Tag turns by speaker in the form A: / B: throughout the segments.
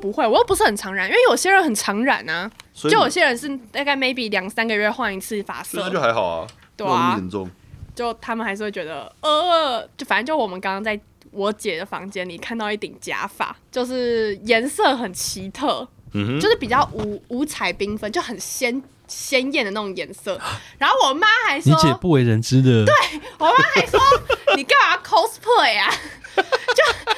A: 不会，我又不是很常染，因为有些人很常染啊，
B: 所以
A: 就有些人是大概 maybe 两三个月换一次发
B: 所以那
A: 色
B: 就，还好啊，
A: 对
B: 没有那么
A: 啊，
B: 严重。
A: 就他们还是会觉得，呃，就反正就我们刚刚在我姐的房间里看到一顶假发，就是颜色很奇特，
B: 嗯哼，
A: 就是比较五五彩缤纷，就很鲜鲜艳的那种颜 色。然后我妈还
C: 你
A: 说，
C: 姐不为人知的，
A: 我妈还说你干嘛 cosplay 啊？ 就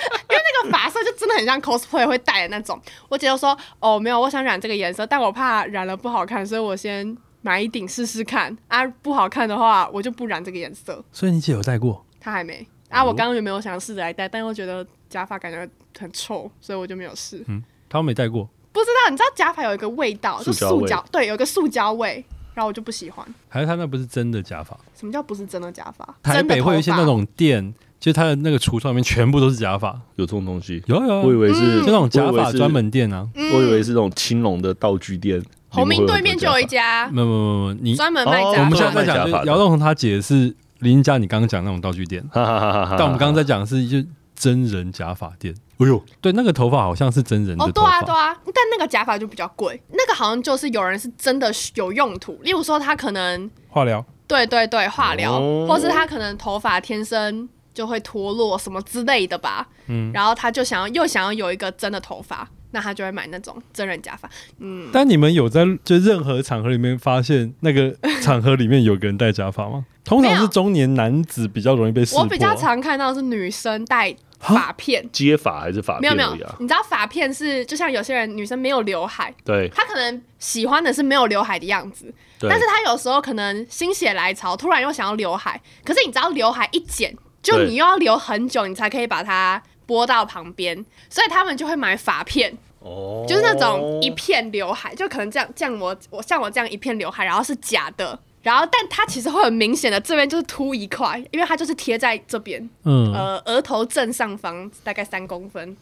A: 因为那个发色就真的很像 cosplay 会戴的那种。我姐就说，哦，没有，我想染这个颜色，但我怕染了不好看，所以我先买一顶试试看啊。不好看的话，我就不染这个颜色。
C: 所以你姐有戴过。
A: 她还没啊，我刚刚有没有想试着来戴，但又觉得假发感觉很臭，所以我就没有试。
C: 嗯，她没戴过，
A: 不知道，你知道假发有一个味道，就
B: 塑胶
A: 塑
B: 味
A: 胶，对，有一个塑胶味，然后我就不喜欢。
C: 还是她那不是真的假发？
A: 什么叫不是真的假发？
C: 台北会有一些
A: 真的
C: 那
A: 头发
C: 种店，就是它的那个橱窗里面全部都是假发，
B: 有这种东西，
C: 有
A: 嗯
C: 有
B: 我以
C: 有，
B: 为是
C: 就那种假
B: 我以
C: 发
B: 为是
C: 专门店啊。
B: 我以为是那种青龙的道具店，
A: 红明对面就有一
B: 家。
A: 家
C: 没有没有没有，你
A: 专门卖假
B: 哦
A: 发，
C: 我们现在在
B: 假
C: 讲
B: 发的
C: 就是姚栋和他姐是林家，你刚刚讲那种道具店，
B: 哈
C: 啊
B: 哈哈哈哈！
C: 但我们刚刚在讲的是就真人假发店。
B: 啊哎呦，
C: 对，那个头发好像是真人的
A: 哦，
C: 头
A: 对
C: 发。
A: 啊，对啊，但那个假发就比较贵，那个好像就是有人是真的有用途，例如说他可能
C: 化疗。
A: 对对对化疗，
B: 哦
A: 或是他可能头发天生就会脱落什么之类的吧，
C: 嗯
A: 然后他就想要又想要有一个真的头发，那他就会买那种真人假发，嗯，
C: 但你们有在就任何场合里面发现那个场合里面有个人戴 假发吗？通常
A: 没
C: 是
A: 有
C: 中年男子比较容易被识破。
A: 我比较常看到是女生戴发片。
B: 接发还是发
A: 没
B: 辫
A: 有没
B: 而
A: 有
B: 已啊，？
A: 你知道发片是就像有些人女生没有刘海，
B: 对
A: 她可能喜欢的是没有刘海的样子，
B: 对，
A: 但是她有时候可能心血来潮，突然又想要刘海，可是你知道刘海一剪，就
B: 对
A: 你又要留很久，你才可以把它拨到旁边，所以他们就会买发片，
B: 哦
A: 就是那种一片刘海，就可能这样，这样我我像我这样一片刘海，然后是假的。然后，但它其实会很明显的，这边就是凸一块，因为它就是贴在这边，
C: 嗯，
A: 呃，额头正上方大概三公分，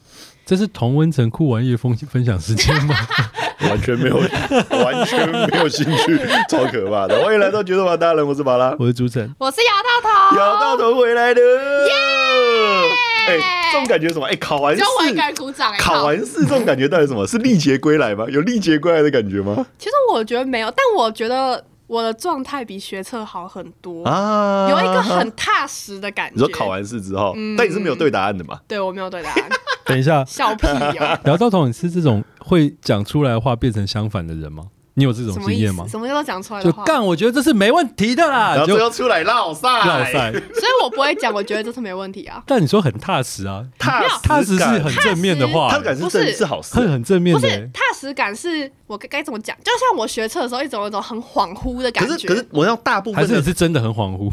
C: 这是童文成酷玩夜风分享时间吗？
B: 完全 没有，完全没有兴趣，超可 怕的。欢迎来到角色法大人，我是巴
A: 哦
B: 拉，
C: 我是主持人，
A: 我是摇到头，
B: 摇到头回来的，哎，这种感觉是什么？哎，考完
A: 只
B: 试
A: 有，我一个人鼓掌、欸，
B: 考完试这种感觉到底是什么？是历劫归来吗？有历劫归来的感觉吗？
A: 其实我觉得没有，但我觉得我的状态比学测好很多，
B: 啊，
A: 有一个很嗯踏实的感觉。
B: 你说考完试之后，但你是没有对答案的嘛？
A: 对我没有对答案，
C: 等一下，
A: 笑屁 哦、
C: 聊到头，你是这种会讲出来的话变成相反的人吗？你有这种
A: 什么
C: 经
A: 意
C: 验吗
A: 思？？什么叫做讲出来
C: 就
A: 的话？
C: 干，我觉得这是没问题的
B: 然
C: 啦，
B: 后
C: 啊就
B: 最后出来绕赛，
C: 绕赛。
A: 所以我不会讲，我觉得这是没问题啊。
C: 但你说很踏实啊，
B: 踏实
C: 踏实是
B: 感
C: 很正面的话，
B: 他感是正
A: 不是
B: 是好事
C: 会，很正 面
A: 不
C: 的、欸
A: 是踏实感是，我该该怎么讲？就像我学测的时候，一种有一种很恍惚的感
B: 可是
A: 觉
B: 可是我要大部
C: 还
B: 分
C: 是你
B: 的。
C: 是真的很恍惚？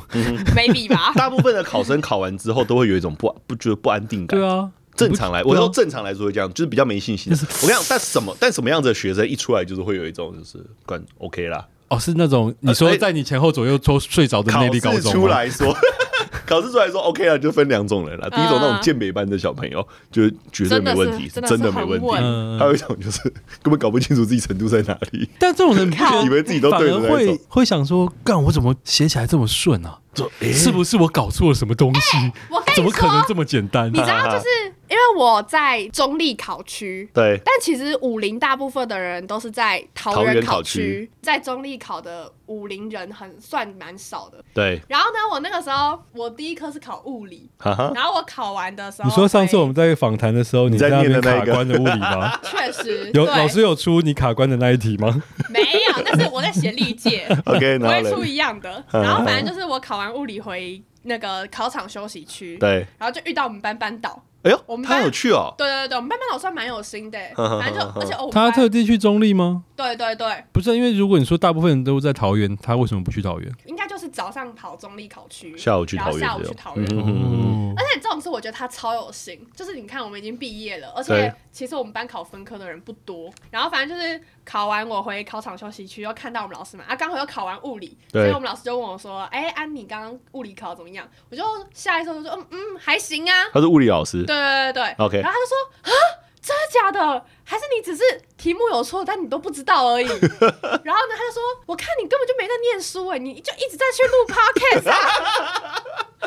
A: ，maybe 吧
B: 大部分的考生考完之后都会有一种不不觉得不安定感
C: 对。啊，
B: 正常来，
C: 对啊
B: 我说正常来说会这样，就是比较没信心。我跟你讲，但什么但什么样子的学生一出来就是会有一种就是管 OK 啦，
C: 哦，是那种你说在你前后左右都睡着的
B: 呃哎考
C: 内力高
B: 试
C: 中
B: 出
C: 吗？
B: 来说， 考试出来说 OK 啦，就分两种人啦。第一种
A: 嗯
B: 那种健美班的小朋友，就是绝对没问题，
A: 真的是
B: 真的没问题
A: 真的是很稳。
C: 嗯
B: 还有一种就是根本搞不清楚自己程度在哪里，
C: 但这 种人你觉得
B: 以为自己都
C: 反
B: 对的
C: 而
B: 那一
C: 会
B: 种。
C: 会想说，干我怎么写起来这么顺啊？
B: 说诶
C: 是不是我搞错了什么东西？
A: 哎我跟你说
C: 怎么可能这么简单
A: 你？知道，就是因为我在中立考区，
B: 对，
A: 但其实武林大部分的人都是在桃
B: 桃园
A: 园
B: 考
A: 考
B: 区
A: 区，在中立考的武林人很算蛮少的。
B: 对，
A: 然后呢，我那个时候我第一科是考物理，
B: 哈哈，
A: 然后我考完的时候，
C: 你说上次我们在访谈的时候，你
B: 在
C: 在那
B: 念的
C: 边
B: 那
C: 卡
B: 一个
C: 关的物 理吗？
A: 确实
C: 有
A: 对
C: 老师有出你卡关的那一题吗？
A: 没有，但是我在写历届，
B: OK，
A: 不
B: 然后
A: 会出
B: 嘞，
A: 一样的。
B: 嗯
A: 然后反正就是我考完物理回那个考场休息区，
B: 对，
A: 然后就遇到我们班班导。
B: 哎呦，
A: 我们
B: 他
A: 班
B: 有去哦，
A: 对对对，我们班班导算蛮有心的，
B: 嗯嗯嗯
A: 反正就
B: 嗯嗯
A: 而且哦，我们
C: 他
A: 班
C: 特地去中立吗？
A: 对对对，
C: 不是，因为如果你说大部分人都在桃园，他为什么不去桃园？
A: 应该就是早上跑中立考区，
B: 下午去桃园
A: 然后下午
B: 这
A: 去
B: 种
A: 桃园
B: 嗯。
C: 哦，
A: 而且这种事，我觉得他超有心。就是你看，我们已经毕业了，而
B: 对
A: 且其实我们班考分科的人不多。然后反正就是考完我回考场休息区，又看到我们老师嘛，啊，刚好又考完物理，
B: 对
A: 所以我们老师就问我说：“哎、安妮，刚刚物理考得怎么样？”我就下意识地说：“嗯嗯，还行啊。
B: 他是物理老”师
A: 对，对对对
B: 哦 OK
A: 然后他就说：“啊，真的假的？还是你只是题目有错，但你都不知道而已？” 然后呢，他就说：“我看你根本就没在念书哎、你就一直在去录 podcast 啊。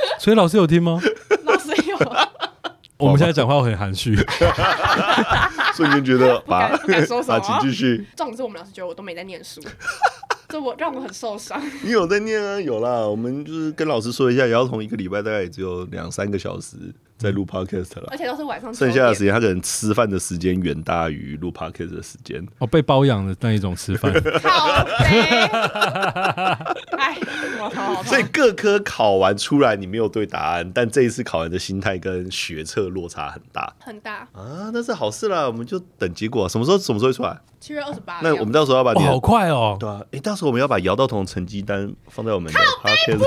C: 所以老 师有听吗？”
A: 老师有。
C: 我们现在讲话很含蓄，
B: 瞬间觉得
A: 敢
B: 啊
A: 不敢说什么
B: 啊，请继续。
A: 重点是我们老师觉得我都没在念书，这我让我很受伤。
B: 你有在念啊？有啦，我们就是跟老师说一下，姚彤一个礼拜大概也只有两三个小时在录 podcast 了，
A: 而且都是晚上
B: 剩下的时
A: 间
B: 间他可能吃饭的时间远大于录 podcast 的时间。
C: 哦，被包养的那一 种吃饭，
A: 好悲，哎，我头好
B: 所以
A: 痛。
B: 各科考完出来，你没有对答案，但这一次考完的心态跟学测落差很大
A: 很大，
B: 啊，那是好事啦，我们就等结果，啊什么时候什么时候会出来？
A: 七月二十八。
B: 那我们到时候要把你
C: 哇，
B: 的
C: 好快哦！
B: 对啊，哎、到时候我们要把姚道彤的成绩单放在 我们的 podcast，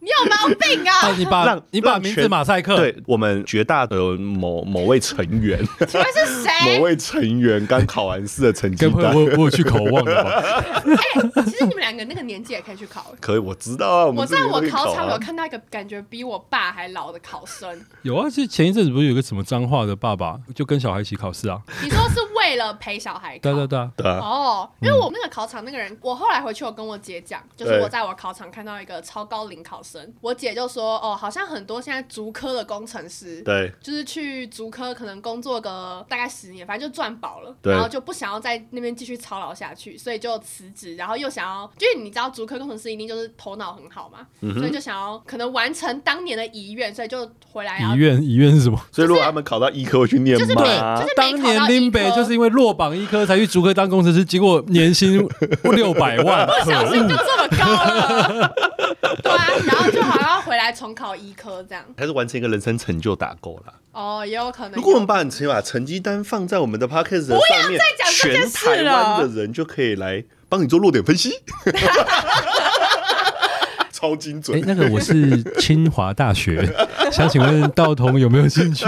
A: 你有毛病
C: 啊，
A: 啊！
C: 你把
B: 让
C: 你把
B: 让
C: 名
B: 全
C: 字马赛克，，
B: 对我们绝大的某某位成 员，
A: 请问是
B: 某
A: 谁？
B: 位成员刚考完试的成绩
C: 该不会
B: 单
C: 我，我有去 口忘了吧？
A: 其实你们两个那个年纪也可以去考。
B: 可以，我知道啊，我
A: 我
B: 们自
A: 在
B: 己
A: 我
B: 都可以
A: 考场
B: 啊
A: 有看到一个感觉比我爸还老的考生，
C: 有啊，其实前一阵子不是有个什么脏话的爸爸，就跟小孩一起考试啊？
A: 你说是为了陪小孩考？
C: 对对对啊，
B: 对啊，
A: 哦，因为我那个考场那个人，我后来回去我跟我姐讲，就是
B: 嗯对
A: 我在我考场看到一个超高龄考生，我姐就说，哦，好像很多现在足科的工程师。
B: 对
A: 就是去足科，可能工作个大概十年，反正就赚饱了，
B: 对
A: 然后就不想要在那边继续操劳下去，所以就辞职，然后又想要，就是你知道足科工程师一定就是头脑很好嘛，
B: 嗯
A: 所以就想要可能完成当年的遗愿，所以就回来要
C: 遗愿遗愿是什么？
B: 所以如果他们考到医科，会去念
A: 就是
B: 吗？
A: 就是没考到
C: 当年
A: 医
C: 林
A: 科
C: 北就是因为落榜一科才去竹科当工程师，结果 年薪六百万，
A: 不
C: 可
A: 小
C: 恶！
A: 心就这么高了， 对啊，然后就好像回来重考医科这样，
B: 还是完成一个人生成就打勾啦。
A: 哦，也有可能有。
B: 如果我们把成把成绩单放在我们的 podcast 的上面，
A: 再讲这件
B: 全
A: 事了
B: 台湾的人就可以来帮你做落点分析， 超精
C: 哎、
B: 准。
C: 那个我是清华大学，想请问道童有没有兴趣？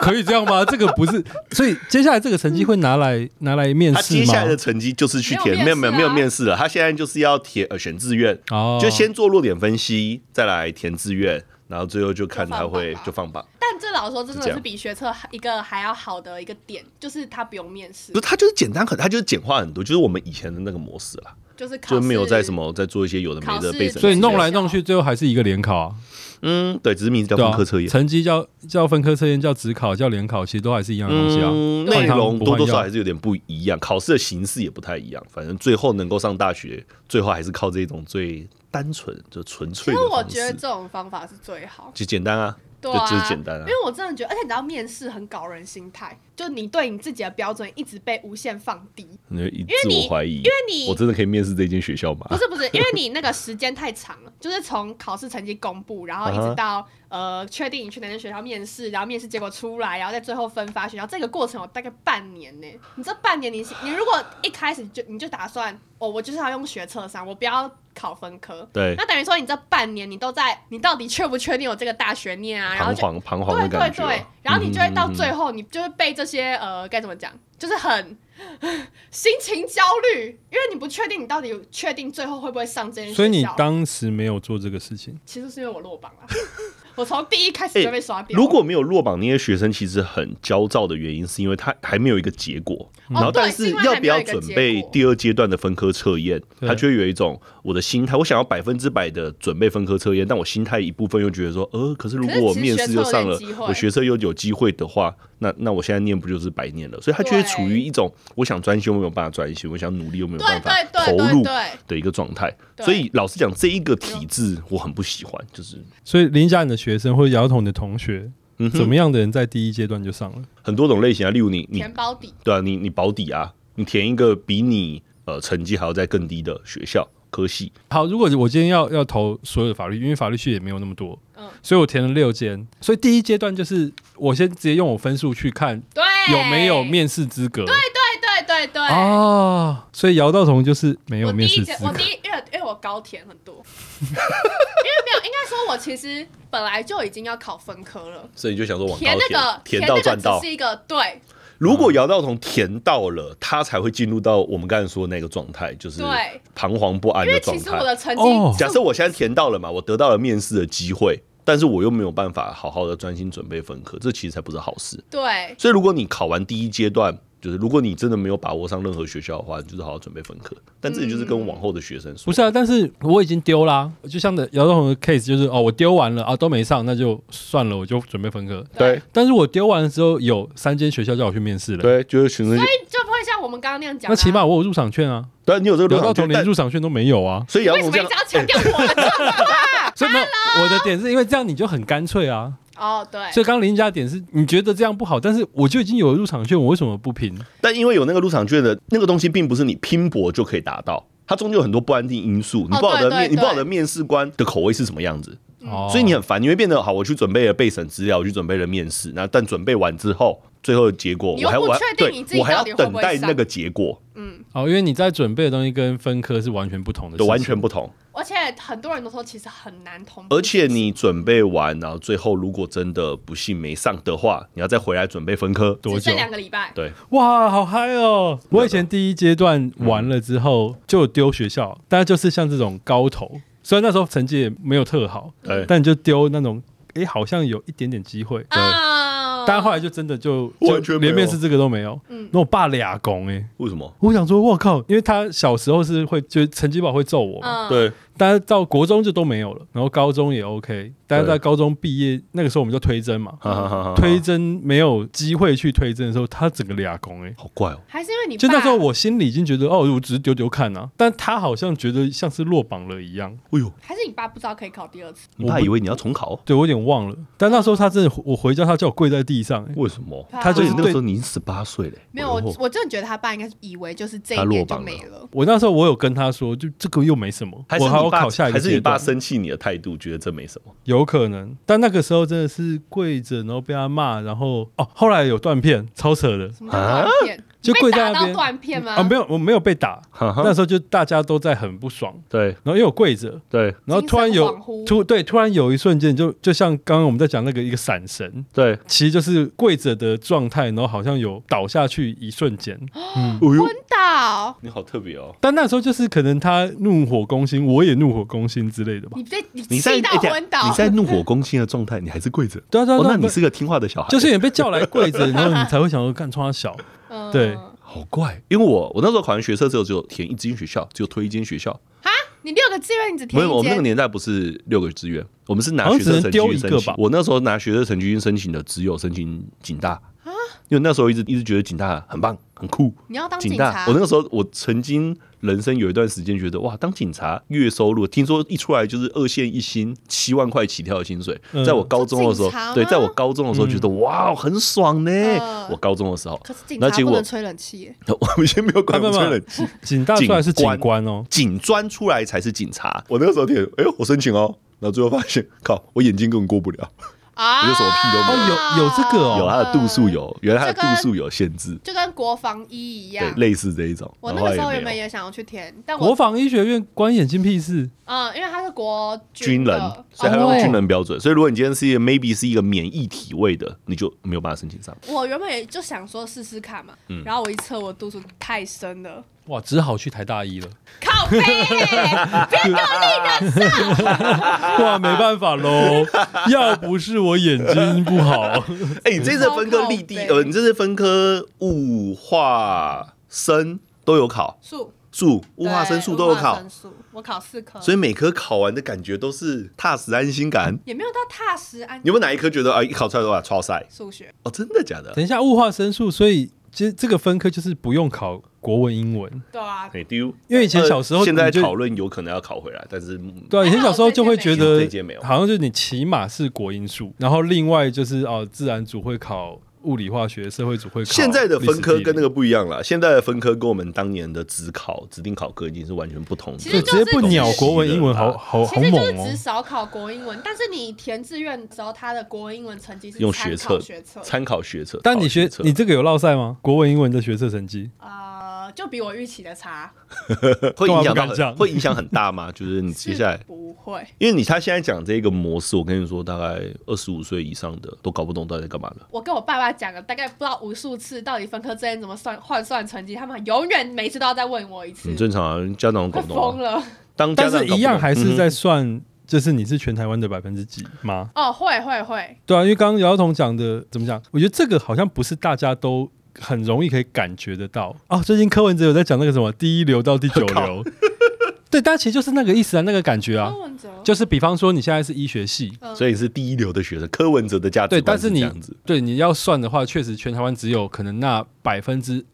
C: 可以这样吗？这个不是，所以接下来这个成绩会拿来拿来面
B: 他
C: 试
B: 接
C: 吗
B: 下？来的成绩就是去填，
A: 没
B: 没
A: 有面试啊
B: 有没有没有面试了，他现在就是要填呃选志愿，
C: 哦
B: 就先做落点分析，再来填志愿，然后最后就看他会就
A: 就
B: 放榜。
A: 但这老实说，真
B: 是这
A: 的
B: 样
A: 是比学测一个还要好的一个点，就是他不用面试
B: 不，是，他就是简单很，他就是简化很多，就是我们以前的那个模式啦，
A: 就是考
B: 就
A: 试
B: 没有在什么在做一些有的没的
A: 考试
B: 背审。
C: 所以弄来弄去，最后还是一个联考啊，
B: 嗯，对，只是名字叫
C: 对
B: 分
C: 啊
B: 科测，验。
C: 成绩叫叫分科测验，叫职考，叫联考，其实都还是一样的东西啊。
B: 嗯，
C: 换
B: 内
C: 汤
B: 容
C: 不
B: 多
C: 换
B: 多少
C: 药
B: 少还是有点不一样，考试的形式也不太一样。反正最后能够上大学，最后还是靠这种最单纯、就纯
A: 其
B: 粹
A: 实
B: 的
A: 我
B: 方
A: 觉得
B: 式，
A: 这种方法是最好。
B: 就简单啊，
A: 对
B: 就
A: 啊，
B: 就是简单啊
A: 因。为我真的觉得，而且你知道，面试很搞人心态，就你对你自己的标准一直被无限放低。
B: 因为
A: 为
B: 自
A: 你
B: 我怀疑，因
A: 为你
B: 我真的可以面试这间学校吗
A: 不？是不是，因为你那个时间太长了，就是从考试成绩公布，然后一
B: 啊
A: 直
B: 哈
A: 到、呃确定你去哪间学校面试，然后面试结果出来，然后再最后分发学校，这个过程有大概半年呢。你这半年你是你如果一开始就你就打算哦，我就是要用学测上，我不要考分科。
B: 对
A: 那等于说你这半年你都在，你到底确不确定有这个大学念啊？然后
B: 彷
A: 就
B: 徨彷徨
A: 对
B: 的
A: 对
B: 感觉
A: 对
B: 啊。，
A: 然后你就会到最后，你就会被这些呃该怎么讲，就是很 心情焦虑，因为你不确定你到底确定最后会不会上这间学校。
C: 所以你当时没有做这个事情，
A: 其实是因为我落榜了， 我从第一开始就被刷掉。
B: 哎如果没有落榜，那些学生其实很焦躁的原因，是因为他还没有一个结果，然后
A: 哦对
B: 但是
A: 是因为
B: 要
A: 还
B: 不
A: 没有
B: 要
A: 一个
B: 准
A: 结
B: 备
A: 果
B: 第二阶段的分科测验，
C: 对
B: 他就会有一种我的心态，我想要百分之百的准备分科测验，但我心态一部分又觉得说，呃，可是如
A: 可
B: 果
A: 是
B: 我
A: 其实
B: 面
A: 学
B: 试
A: 测
B: 又
A: 有
B: 上
A: 点
B: 了
A: 机，会
B: 我学测又有机会的话，那那我现在念不就是白念了？所以他就会
A: 对
B: 处于一种我想专心又没有办法专心，我想努力又没有
A: 对
B: 办法
A: 对对
B: 投
A: 对
B: 入
A: 对，
B: 的一个状态。
A: 对
B: 所以老实讲，这一个体制我很不喜欢，就是
C: 所以林家你的学生或者姚彤的同学，
B: 嗯
C: 怎
B: 哼，
C: 么样的人在第一阶段就上了？
B: 很多种类型啊，例如你你
A: 填包底，
B: 对啊，你你保底啊，你填一个比你呃成绩还要再更低的学校科系，
C: 好，如果我今天要要投所有的法律，因为法律系也没有那么多，
A: 嗯
C: 所以我填了六间。所以第一阶段就是我先直接用我分数去看
A: 对，
C: 有没有？面试资格。对
A: 对对对对。
C: 哦，所以姚道彤就是没有
A: 我第
C: 面
A: 一
C: 试
A: 节
C: 资
A: 我
C: 格
A: 第。一，因为因为我高填很多， 因为没有，应该说我其实本来就已经要考分科了，
B: 所以你就想说往高
A: 填那个
B: 填
A: 那
B: 到
A: 个
B: 赚到
A: 只是。一个对
B: 如果姚道彤填到了，他才会进入到我们刚才说的那个状态，就是
A: 对
B: 彷徨不安
A: 因
B: 的
A: 为
B: 状
A: 其实我
B: 态。
A: 的成绩
C: 哦
A: 是
B: 假设我现在填到了嘛，我得到了面试的机会，但是我又没有办法好好的专心准备分科，这其实才不是好事。
A: 对
B: 所以如果你考完第一阶段就是如果你真的没有把握上任何学校的话，你就是好好准备分科。但这里就是
A: 嗯
B: 跟往后的学生说，
C: 不是啊，但是我已经丢啦、就像的姚兆红的 case，就是哦，我丢完了啊，都没上，那就算了，我就准备分科。
B: 对
C: 但是我丢完了之后，有三间学校叫我去面试了，
B: 对，就是学生，
A: 就不会像我们刚刚那样讲啊。
C: 那起码我有入场券啊，
B: 对，你有这个
C: 姚
B: 入
C: 兆
B: 场
C: 同
B: 券，
C: 连
B: 但
C: 入场券都没 有啊，
B: 所以姚
A: 为
B: 总
A: 什
B: 这
A: 么一
B: 样
A: 直要强调我 的状况啊？
C: 所以没有我的点是因为这样你就很干脆啊。
A: 哦，对，
C: 所以刚刚林家的点是你觉得这样不好，但是我就已经有入场券，我为什么不拼？
B: 但因为有那个入场券的那个东西，并不是你拼搏就可以达到，它中间有很多不安定因素，你不晓
A: 哦对
B: 得
A: 对
B: 面，你不
A: 对
B: 晓得面试官的口味是什么样子，
C: 哦
B: 嗯所以你很烦，你会变得好，我去准备了备审资料，我去准备了面试，那但准备完之后，最后的结果
A: 你又
B: 我还
A: 不
B: 我还
A: 确定你
B: 对
A: 自己
B: 我还要
A: 到底会
B: 等
A: 不会
B: 待
A: 上
B: 那个结果，
C: 哦，因为你在准备的东西跟分科是完全不同的事
B: 对，
C: 情，
B: 完全不同。
A: 而且很多人都说其实很难同步，
B: 而且你准备完，然后最后如果真的不幸没上的话，你要再回来准备分科。
C: 多
A: 只
C: 久
A: 剩？两个礼拜，
B: 对，
C: 哇，好嗨哦！我以前第一阶段完了之后
B: 嗯
C: 就有丢学校，但就是像这种高头，虽然那时候成绩也没有特好，
B: 对
C: 但你就丢那种，诶，好像有一点点机会。
A: 啊，
C: 但后来就真的就就
B: 完全没有
C: 连面试这个都没有。嗯，那我爸俩拱诶，
B: 为什么？
C: 我想说，我靠，因为他小时候是会，就是成绩不好会揍我
A: 嗯，
C: 嘛，
B: 对，
C: 但是到国中就都没有了，然后高中也 OK，但是在高中毕业那个时候我们叫推甄嘛，
B: 哈哈哈哈
C: 推甄没有机会去推甄的时候，他整个俩拱诶。
B: 好怪哦。
A: 还是因为你
C: 就那时候
A: 爸
C: 我心里已经觉得哦，我只是丢丢看啊，但他好像觉得像是落榜了一样，
B: 哎呦，
A: 还是你爸不知道可以考第二次，
B: 你爸
C: 我不
B: 以为你要重考？哦
C: 对我有点忘了。但那时候他真的，我回家他叫我跪在地上、欸
B: 为什么？
A: 他
C: 就
B: 所以
C: 是
B: 那个
C: 对
B: 时候你已经十八岁嘞。
A: 没有，
C: 哦
A: 我
B: 哎呦
A: 我真的觉得他爸应该是以为就是这一
B: 他落
A: 年就
B: 榜
A: 没
B: 了
A: 了，
C: 我那时候我有跟他说，就这个又没什么，
B: 还是
C: 我还要
B: 你爸
C: 考下一个
B: 还是你
C: 阶段
B: 爸生气你的态度，觉得这没什么。
C: 有可能，但那个时候真的是跪着，然后被他骂，然后哦，后来有断片，超扯的
A: 什么叫断片？
C: 啊就
A: 被
C: 跪在
A: 打
C: 那
A: 到
C: 边
A: 断片吗？
C: 啊，没有，我没有被打，
B: 啊哈
C: 那时候就大家都在很不爽，
B: 对
C: 然后因为我跪着，
B: 对
C: 然后突然
A: 精神恍
C: 有
A: 惚
C: 突对，突然有一瞬间就就像刚刚我们在讲那个一个闪神，
B: 对，
C: 其实就是跪着的状态，然后好像有倒下去一瞬间，
B: 哎呦，
A: 昏倒。
B: 你好特别哦。
C: 但那时候就是可能他怒火攻心，我也怒火攻心之类的吧。
A: 你被你
B: 你在
A: 气到
B: 哎等
A: 昏
B: 下
A: 倒，
B: 你在怒火攻心的状态，你还是跪着。
C: 对啊对啊，
B: 哦，
C: 对啊
B: 那你
C: 不
B: 是个听话的小孩。
C: 就是也被叫来跪着，然后你才会想说干穿他 小，
A: 嗯
C: 对
B: 好怪，因为我我那时候考完学测之后，只有填一间学校，只有推一间学校。
A: 你六个志愿你只
B: 没
A: 填
B: 有，
A: 一
B: 我们那个
A: 间，
B: 年代不是六个志愿，我们是拿
C: 好像
B: 学测
C: 只能
B: 成绩
C: 丢
B: 去
C: 一个
B: 申请
C: 吧。
B: 我那时候拿学测成绩去申请的只有申请警大因为那时候一直一直觉得警大很棒、很酷。
A: 你要当
B: 警
A: 察
B: 大，我，那个时候我曾经人生有一段时间觉得哇，当警察月收入，听说一出来就是二线一薪七万块起跳的薪水。
C: 嗯
B: 在我高中的时
A: 做
B: 候
A: 警察，吗
B: 对，在我高中的时候觉得、哇，哦很爽呢、
A: 嗯
B: 我高中的时候，
A: 可是警
B: 那
A: 察
B: 结
A: 不
B: 果
A: 能吹冷气耶，
B: 我们先没有管
C: 啊不
B: 我
C: 不
B: 吹冷气。
C: 警大出来是警官哦，
B: 警专出来才是警察。我那个时候点，哎呦，我申请哦，然后最后发现，靠，我眼睛根本过不了，
A: 啊，
B: 有什么屁都没
C: 有哦有有这个哦
B: 有它的度数，有，原来它
A: 这
B: 的
A: 跟
B: 度数有限制，
A: 就跟国防医一
B: 对
A: 样，。
B: 类似这一种。
A: 我
B: 然
A: 那
B: 后
A: 个时候
B: 也
A: 原
B: 没
A: 本
B: 有
A: 也想要去填，但
C: 国
A: 我
C: 防医学院关眼睛屁事，
A: 嗯，因为他是国
B: 军人
A: 的，
B: 所以还
A: 哦
B: 要
A: 对
B: 用军人标准。所以如果你今天是一个 maybe 是一个免疫体位的，你就没有办法申请上。
A: 我原本也就想说试试看嘛，
B: 嗯
A: 然后我一测我度数太深 了，
C: 哇，只好去台大医了，
A: 靠背 欸，别给我立个上。
C: 哇，没办法喽，要不是我眼睛不 好，
B: 哎、你这次分科立地，
A: 超靠北
B: 呃，你这次分科物化生都有考，
A: 数
B: 数物化生数都有考，，
A: 我考四科，
B: 所以每科考完的感觉都是踏实安心感。
A: 也没有到踏实安
B: 你有没有哪一科觉得啊，一考出来的话超赛？
A: 数学，
B: 哦，真的假的？
C: 等一下物化申诉，所以其实这个分科就是不用考国文、英文，
A: 对啊，
B: 很丢。
C: 因为以前小时候
B: 呃现在
C: 你就
B: 讨论有可能要考回来，但是
C: 对啊，以前小时候就会觉
B: 还好
C: 得
B: 这一届没有
C: 好像就是你起码是国英数，然后另外就是哦，自然组会考物理、化学，社会组会考历史地理。
B: 现在的分科跟那
C: 个
B: 个不一样了。现在的分科跟我们当年的指考、指定考科已经是完全不同的。
A: 其
C: 对
A: 实
C: 直接不鸟
A: 就是
C: 国文、英文，好好好
A: 其实就
C: 猛
A: 是
C: 哦
A: 只。少考国英文，但是你填志愿的时候，他的国文英文成绩是
B: 用
A: 参
B: 学
A: 考
B: 测
A: 学测，
B: 参考学测，
C: 但你学
B: 考测
C: 你这个有落赛吗？国文、英文的学测成绩
A: 呃，就比我预期的差，
B: 会影响
C: 干嘛
B: 到
C: 不敢讲
B: 很会影响很大 吗？就是你接下来
A: 是，不会，
B: 因为你他现在讲这个模式，我跟你说，大概二十五岁以上的都搞不懂到底在干嘛了。
A: 我跟我爸爸讲了大概不知道无数次，到底分科之间怎么算换算成绩，他们永远每一次都要再问我一次
C: 嗯
B: 很，正常啊，家长都
A: 快
B: 搞不
C: 哦
B: 懂
A: 疯
B: 啊。
A: 了。
B: 当家
C: 但
B: 长搞
C: 是
B: 不懂
C: 一样还是在
B: 嗯
C: 算，就是你是全台湾的百分之几吗？
A: 哦，会会会，
C: 对啊，因为刚刚姚晓彤讲的怎么讲？我觉得这个好像不是大家都很容易可以感觉得到。哦，最近柯文哲有在讲那个什么第一流到第九流，对，但其实就是那个意思啊，那个感觉啊
A: 柯，文哲
C: 就是比方说你现在是医学系，
B: 嗯所以是第一流的学生，柯文哲的价值
C: 对，
B: 观
C: 但是
B: 这
C: 你
B: 样子。
C: 对你要算的话，确实全台湾只有可能那百分之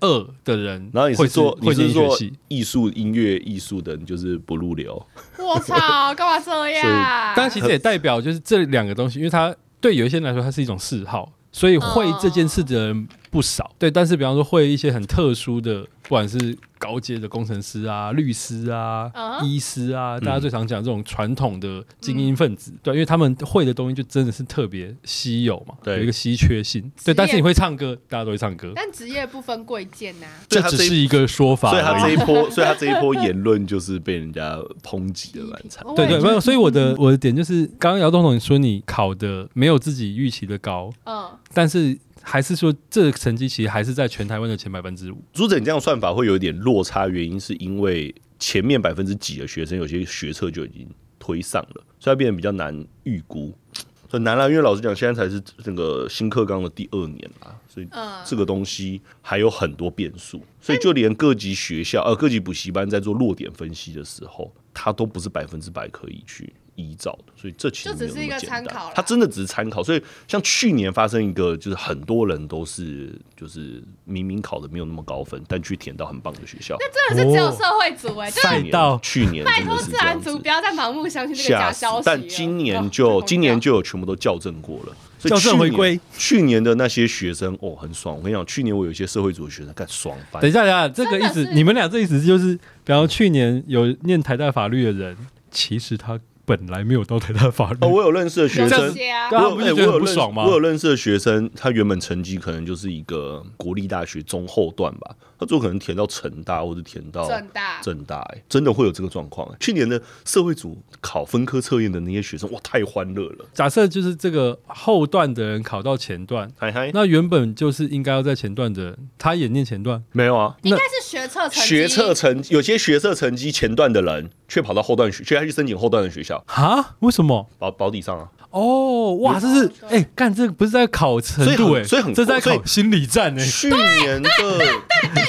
C: 二的人
B: 然后你
C: 会
B: 是做你
C: 会是
B: 是
C: 医学
B: 做
C: 系。
B: 艺术音乐艺术的，你就是不入流。
A: 我操，干嘛这样？
C: 但其实也代表就是这两个东西，因为它对有一些人来说，它是一种嗜好，所以会这件事的人不
A: 哦
C: 少。对，但是比方说会一些很特殊的，不管是高阶的工程师啊、律师啊、
A: 嗯
C: 医师啊，大家最常讲这种传统的精英分子，对，因为他们会的东西就真的是特别稀有嘛，
B: 对
C: 有一个稀缺性。
A: 职
C: 对，
A: 业
C: 但是你会唱歌，大家都会唱歌，
A: 但职业不分贵贱呐。
B: 所
C: 这
B: 以他
C: 只
B: 这一
C: 是一个说法
B: 所以他这
C: 而
B: 一
C: 已。
B: 波， 所以他这一波言论就是被人家抨击的蛮 惨。
A: 我
C: 对
A: 也
C: 对，
A: 觉
C: 没
A: 得
C: 有，所以我的我的点就是，刚刚姚东总你说你考的没有自己预期的高，
A: 嗯，
C: 但是还是说这个成绩其实还是在全台湾的前百分之五。
B: 朱者，你这样算法会有一点落差，原因是因为前面百分之几的学生有些学测就已经推上了，所以它变得比较难预估，很难啦。因为老实讲，现在才是整个新课纲的第二年啦，所以
A: 嗯
B: 这个东西还有很多变数，所以就连各级学校呃各级补习班在做落点分析的时候，它都不是百分之百可以去。依照的，所以这其实
A: 就只
B: 没有
A: 是一
B: 那么
A: 个
B: 简
A: 参
B: 单
A: 考啦
B: 它真的只是参考。所以像去年发生一个，就是很多人都是就是明明考的没有那么高分，但去填到很棒的学校。
A: 真的是只有社会组哎，就是
C: 赛
B: 去年
C: 道
B: 去年
A: 拜
B: 真
A: 托
B: 的是
A: 自
B: 这
A: 然
B: 样
A: 组
B: 子
A: 不，要再盲目相信这个
B: 吓
A: 假
B: 死
A: 消息！了。啊
B: 但今年
A: 哦
B: 就
A: 疯
B: 今年
A: 掉
B: 就有全部都校正过了，所以
C: 校正
B: 去
C: 回
B: 年
C: 归。
B: 去年的那些学生哦，很爽。我跟你讲，去年我有一些社会组的学生干爽翻
C: 等一，下，等一下，这个
A: 真的
C: 意思
A: 是，
C: 你们俩这意思就是，比方去年有念台大法律的人，其实他本来没有到台大法律，
B: 哦，我有认识的学
A: 有这
B: 生。
A: 些啊
C: 对，啊
B: 我有
C: 不
B: 哎
C: 是觉得
B: 我有
C: 很不
B: 认
C: 爽吗
B: 我有认识的学生，他原本成绩可能就是一个国立大学中后段吧，他最后可能填到成大或者填到
A: 正大
B: 正大、哎，真的会有这个状况、哎去年的社会组考分科测验的那些学生，哇，太欢乐了，
C: 假设就是这个后段的人考到前段，
B: 嗨嗨，
C: 那原本就是应该要在前段的人，他也念前段，
B: 没有啊。
A: 应该是学测成绩
B: 学测成有些学测成绩前段的人，却跑到后段学，却要去申请后段的学校，
C: 哈？为什么？
B: 保保底上啊，
C: 哦，哇，这是哎，干这个不是在考程度
B: 所以很所
C: 哎，
B: 以很
C: 这在
B: 所以
C: 考心理战哎，
B: 去年的，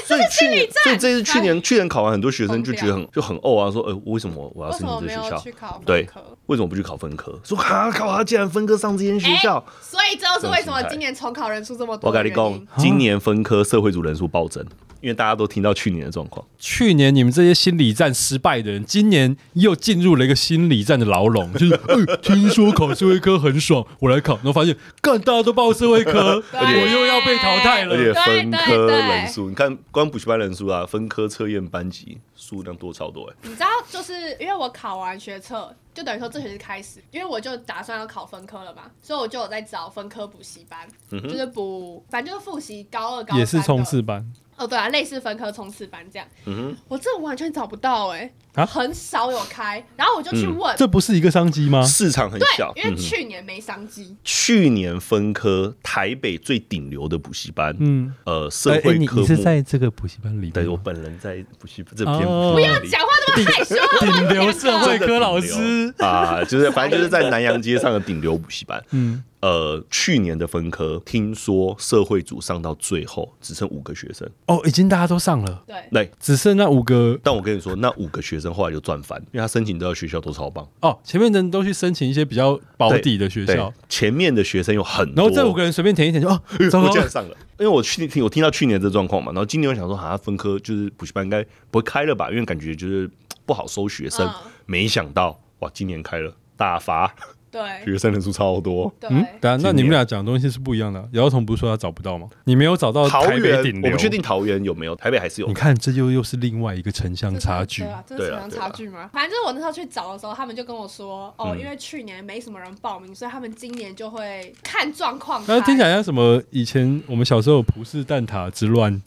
B: 所以去年，所以这次去年去年考完，很多学生就觉得很就很怄啊，说，呃，为什么我要
A: 为什
B: 申
A: 么
B: 请
A: 没
B: 这学
A: 有
B: 校
A: 去？考本
B: 对
A: 科？
B: 为什么不去考分科？说哈，考他竟然分科上这间学校，
A: 所以这就是为什么今年重考人数这么多
B: 我
A: 的
B: 跟
A: 原
B: 你
A: 因。
B: 讲，今年分科社会组人数暴增，因为大家都听到去年的状况。
C: 去年你们这些心理战失败的人，今年又进入了一个心理战的牢笼， 就是、呃、听说考社会科很爽，我来考，然后发现干大家都报社 会科，
A: 对
C: 我又要被淘汰
A: 嗯
B: 而且
C: 了。
B: 分科人数，你看光补习班人数啊，分科测验班级数量多超多哎、
A: 你知道，就是因为我考完学测，就等于说这学期开始，因为我就打算要考分科了嘛，所以我就有在找分科补习班，就是补，反正就是复习高二、高三的
C: 也是冲刺班，
A: 哦，对啊，类似分科冲刺班这样。
B: 嗯
A: 我这完全找不到哎、
C: 啊
A: 很少有开，然后我就去问，
C: 这不是一个商机吗
B: 哼，？市场很小。
A: 啊因为
B: 嗯哼
A: 去年没商机，
B: 去年分科台北最顶流的补习班，
C: 嗯，
B: 呃，社
C: 哎、哎
B: 会
C: 你
B: 科
C: 你
B: 目。
C: 是在这个补习班里
B: 对
C: 面
B: 我
C: 吗？
B: 本人在补习这篇
C: 哦
A: 不要讲话那么害羞，
C: 顶流社会科老
B: 真
C: 师，
B: 啊，就是反正就是在南洋街上的顶流补习班。
C: 嗯，
B: 呃，去年的分科，听说社会组上到最后只剩五个学生。
C: 哦，已经大家都上了，
A: 对，
B: 对，
C: 只剩那五个
B: 但我跟你说，那五个学生后来就赚翻，因为他申请到的学校都超棒，
C: 哦，前面的人都去申请一些比较保
B: 对
C: 底的学
B: 对
C: 校，
B: 前面的学生有很
C: 然
B: 多，
C: 后这五个人随便填一填就哦，糟
B: 我
C: 糕
B: 竟，然上了。因为我去听我听到去年这状况嘛，然后今年我想说，好、像分科就是补习班应该不会开了吧？因为感觉就是不好收学生。
A: 嗯
B: 没想到哇，今年开了大发，
A: 对，
C: 哎
B: 学生人数超多。
A: 对，
C: 嗯，等下，那
B: 今
C: 你们
B: 年
C: 俩讲的东西是不一样的。姚彤不是说他找不到吗？你没有找到
B: 桃
C: 台北
B: 园
C: 顶
B: 我
C: 流，
B: 不确定。桃园有没有，台北还是有
C: 你。看，这又又是另外一个城乡
A: 这是
C: 差距
A: 对。啊，这是
B: 对
A: 城
B: 啊
A: 乡
B: 对
A: 差
B: 啊
A: 距吗？反正就是我那时候去找的时候，他们就跟我说，哦，
B: 嗯
A: 因为去年没什么人报名，所以他们今年就会看状况开。
C: 那听起来像什么？以前我们小时候有葡式蛋挞之 乱，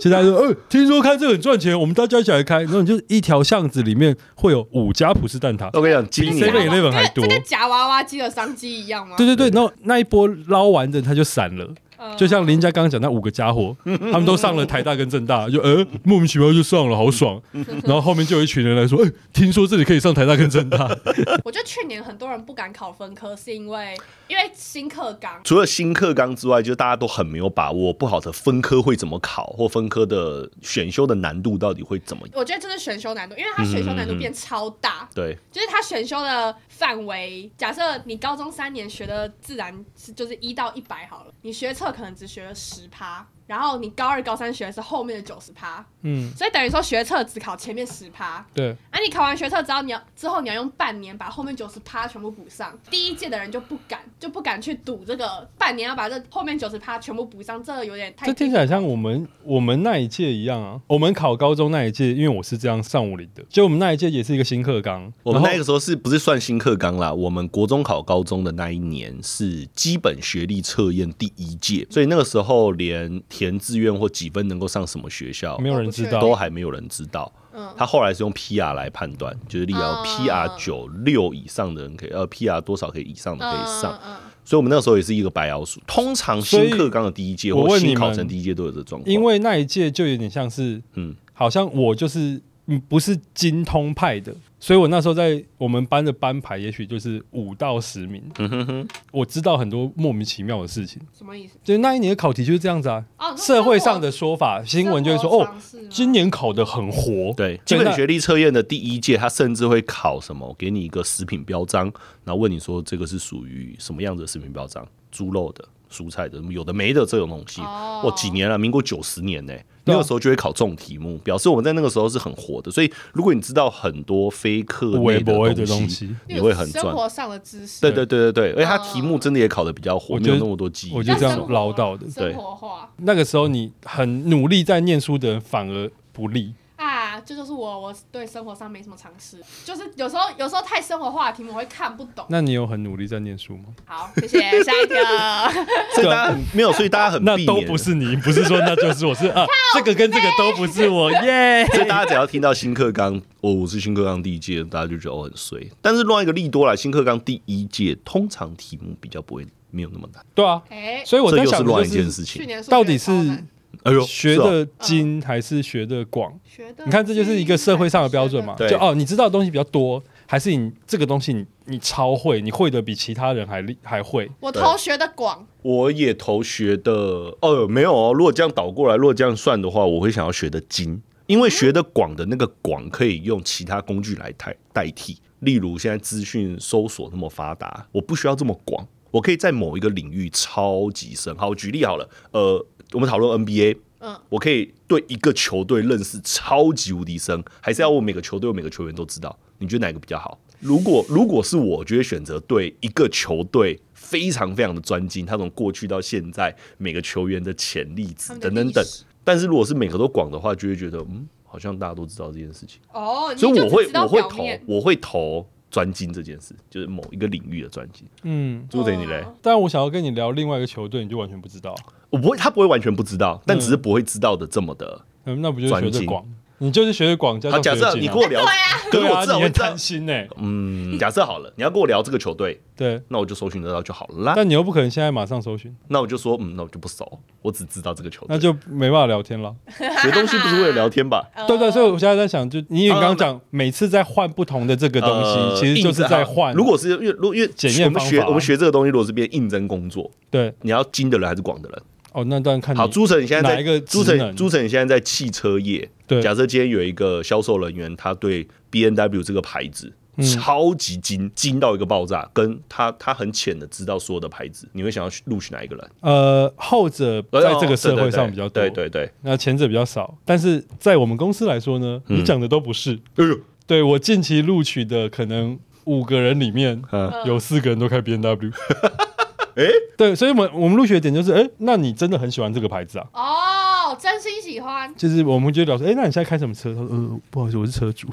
C: 其实他说，呃，听说开这个很赚钱，我们大家一起来开。然后你就一条巷子里面会有五家葡式蛋挞，
B: 我跟你讲，今
C: 比 7-Eleven
B: 年
A: 跟
C: 还多
A: 这跟夹娃娃机的商机一样吗？
C: 对对对。然后那一波捞完的他就散了，
A: 嗯
C: 就像林家刚刚讲那五个 家伙，他们都上了台大跟政大，就呃莫名其妙就上了，好爽。然后后面就有一群人来说，哎、听说这里可以上台大跟 政大，
A: 我觉得去年很多人不敢考分科，是因为因为新课纲，
B: 除了新课纲之外，就是大家都很没有把握，不好的分科会怎么考，或分科的选修的难度到底会怎么？
A: 我觉得这是选修难度，因为它选修难度变超大，
B: 对，
A: 就是它选修的范围，假设你高中三年学的自然是就是一到一百好了，你学测可能只学了十趴，然后你高二高三学的是后面的九十趴，
C: 嗯，
A: 所以等于说学测只考前面十趴。
C: 对，
A: 啊，你考完学测之后，你要之后你要用半年把后面九十趴全部补上。第一届的人就不敢，就不敢去赌这个半年要把这后面九十趴全部补上，这有点太
C: 这听起来像我们我们那一届一样啊。我们考高中那一届，因为我是这样上五林的，就我们那一届也是一个新课纲，
B: 我们
C: 然
B: 那
C: 后
B: 个时候是不是算新课纲啦？我们国中考高中的那一年是基本学历测验第一届，所以那个时候连填志愿或几分能够上什么学校
C: 没有人知
A: 我不确定
B: 都
C: 道，
B: 还没有人知道。
A: 嗯
B: 他后来是用 PR 来判断，就是例如
A: 嗯
B: PR 九六以上的人可以，呃，PR 多少可以以上的可以上。
A: 嗯
B: 所以我们那个时候也是一个白老鼠。通常
C: 所以
B: 新课纲的第一届
C: 我
B: 或
C: 问
B: 新
C: 你
B: 考
C: 们
B: 生第一届都有这个状况，
C: 因为那一届就有点像是，
B: 嗯
C: 嗯，好像我就是嗯不是精通派的，所以我那时候在我们班的班牌也许就是五到十名，
B: 嗯哼哼，
C: 我知道很多莫名其妙的事情。
A: 什么意思？
C: 就那一年的考题就是这样子啊，
A: 哦，
C: 社会上的说法，新闻就会说哦，今年考的很活，
B: 对，基
C: 对
B: 本
C: 那
B: 学历测验的第一届，他甚至会考什么，给你一个食品标章，然后问你说这个是属于什么样子的食品标章，猪肉的、蔬菜的，有的没的这种东西。
A: 哦
B: 哇，几年了，民国九十年呢、那
C: 对啊
B: 个时候就会考这种题目，表示我们在那个时候是很火的。所以，如果你知道很多非课内
C: 微博的
B: 东
C: 东，西，
B: 你会很
A: 生
B: 赚。
A: 活上的知识，
B: 对对对对对，啊而且它
A: 嗯
B: 题目真的也考的比较火，
C: 我
B: 没
C: 觉得
B: 有那么多记忆。
C: 我觉得这
A: 那生
C: 样
A: 活
C: 唠叨的。
A: 生活化
C: 那个时候你很努力在念书的人反而不利，
A: 啊，这就是我，我对生活上没什么常识，就是有时候有时候太生活化的题目我会看不懂。
C: 那你有很努力在念书吗？
A: 好，谢谢，下一 个。
B: 所以大家很没有，所以大家很
C: 那
B: 避
C: 都
B: 免
C: 不是你，不是说那就是我是啊，这个跟这个都不是我耶。
B: 所以大家只要听到新课纲，哦，我是新课纲第一届，大家就觉得哦我很衰。但是另外一个利多啦，新课纲第一届通常题目比较不会没有那么难，
C: 对啊，
A: 哎，
C: 所以我
B: 这
C: 在
B: 又是
C: 想
B: 乱
C: 的
B: 一
C: 就
B: 件
C: 是
B: 事
A: 去
B: 情。
A: 年数学
C: 到底
A: 超难
C: 是
B: 哎呦，
C: 学
B: 是哦
C: 的精还是学的广？
A: 学的，
C: 你看，这就是一个社会上的标准嘛。
B: 啊对
C: 就哦，你知道的东西比较多，还是你这个东西你你超会，你会的比其他人还厉还会？
A: 我头学的广，
B: 我也投学的哦，没有哦。如果这样倒过来，如果这样算的话，我会想要学的精，因为学的广的那个广可以用其他工具来代代替。例如现在资讯搜索那么发达，我不需要这么广，我可以在某一个领域超级深。好，我举例好了，呃，我们讨论 NBA，
A: 嗯，
B: 我可以对一个球队认识超级无敌深，还是要我每个球队、我每个球员都知道？你觉得哪个比较好？如果如果是我，我就会选择对一个球队非常非常的专精，他从过去到现在每个球员的潜力值
A: 他们的
B: 等等等
A: 历史。
B: 但是如果是每个都广的话，就会觉得嗯，好像大家都知道这件事情，
A: 哦，你
B: 所以
A: 就
B: 我
A: 只
B: 会
A: 知道
B: 我会
A: 表
B: 投
A: 面
B: 我会投专精这件事，就是某一个领域的专精。
C: 嗯，
B: 朱贼你嘞？
A: 哦
C: 但我想要跟你聊另外一个球队，你就完全不知道。
B: 我不会，他不会完全不知道，但只是不会知道的这么的。
C: 嗯，那不就是学
B: 专
C: 的
B: 精
C: 广？你就是学的广加
B: 好，
C: 上
B: 假
C: 学
B: 设
C: 的
B: 你
C: 精
B: 跟我
C: 啊。
B: 聊，可是
C: 对
B: 我
C: 啊，
B: 至少
C: 你
B: 会
C: 很
B: 知道
C: 贪。心呢。
B: 嗯，假设好了，你要跟我聊这个球队，
C: 对，
B: 那我就搜寻得到就好啦。
C: 但你又不可能现在马上搜寻，
B: 那我就说，嗯，那我就不熟，我只知道这个球队。
C: 那就没办法聊天了。
B: 学东西不是为了聊天吧？
A: 呃
C: 对对，所以我现在在想，就你也刚
B: 呃
C: 刚讲，每次在换不同的这个东
B: 呃
C: 西，其实就是
B: 应征
C: 在换。
B: 如果是因为如果因为
C: 检验
B: 我们学
C: 方法
B: 我们学这个东西，如果是变应征工作，
C: 对
B: 你要精的人还是广的人？
C: 哦，那当然看你
B: 好，朱晨，你现在在
C: 哪一个
B: 朱
C: 职
B: 晨，
C: 能
B: 朱晨，你现在在汽车业。
C: 对
B: 假设今天有一个销售人员，他对 B N W 这个牌子。
C: 嗯
B: 超级精精到一个爆炸，跟他他很浅的知道所有的牌子，你会想要去录取哪一个人？哦
C: 呃后者在这个社会上比较多，
B: 对对对，
C: 那前者比较少。但是在我们公司来说呢，
B: 嗯
C: 你讲的都不是。
B: 哎呦，
C: 对我近期录取的可能五个人里面
B: 嗯
C: 有四个人都开 B N W，
B: 哎，
C: 对，所以我们我们录取的点就是，哎，那你真的很喜欢这个牌子啊？
A: 哦，真心喜欢，
C: 就是我们就聊说，哎，那你现在开什么车？他说，呃，不好意思，我是车主，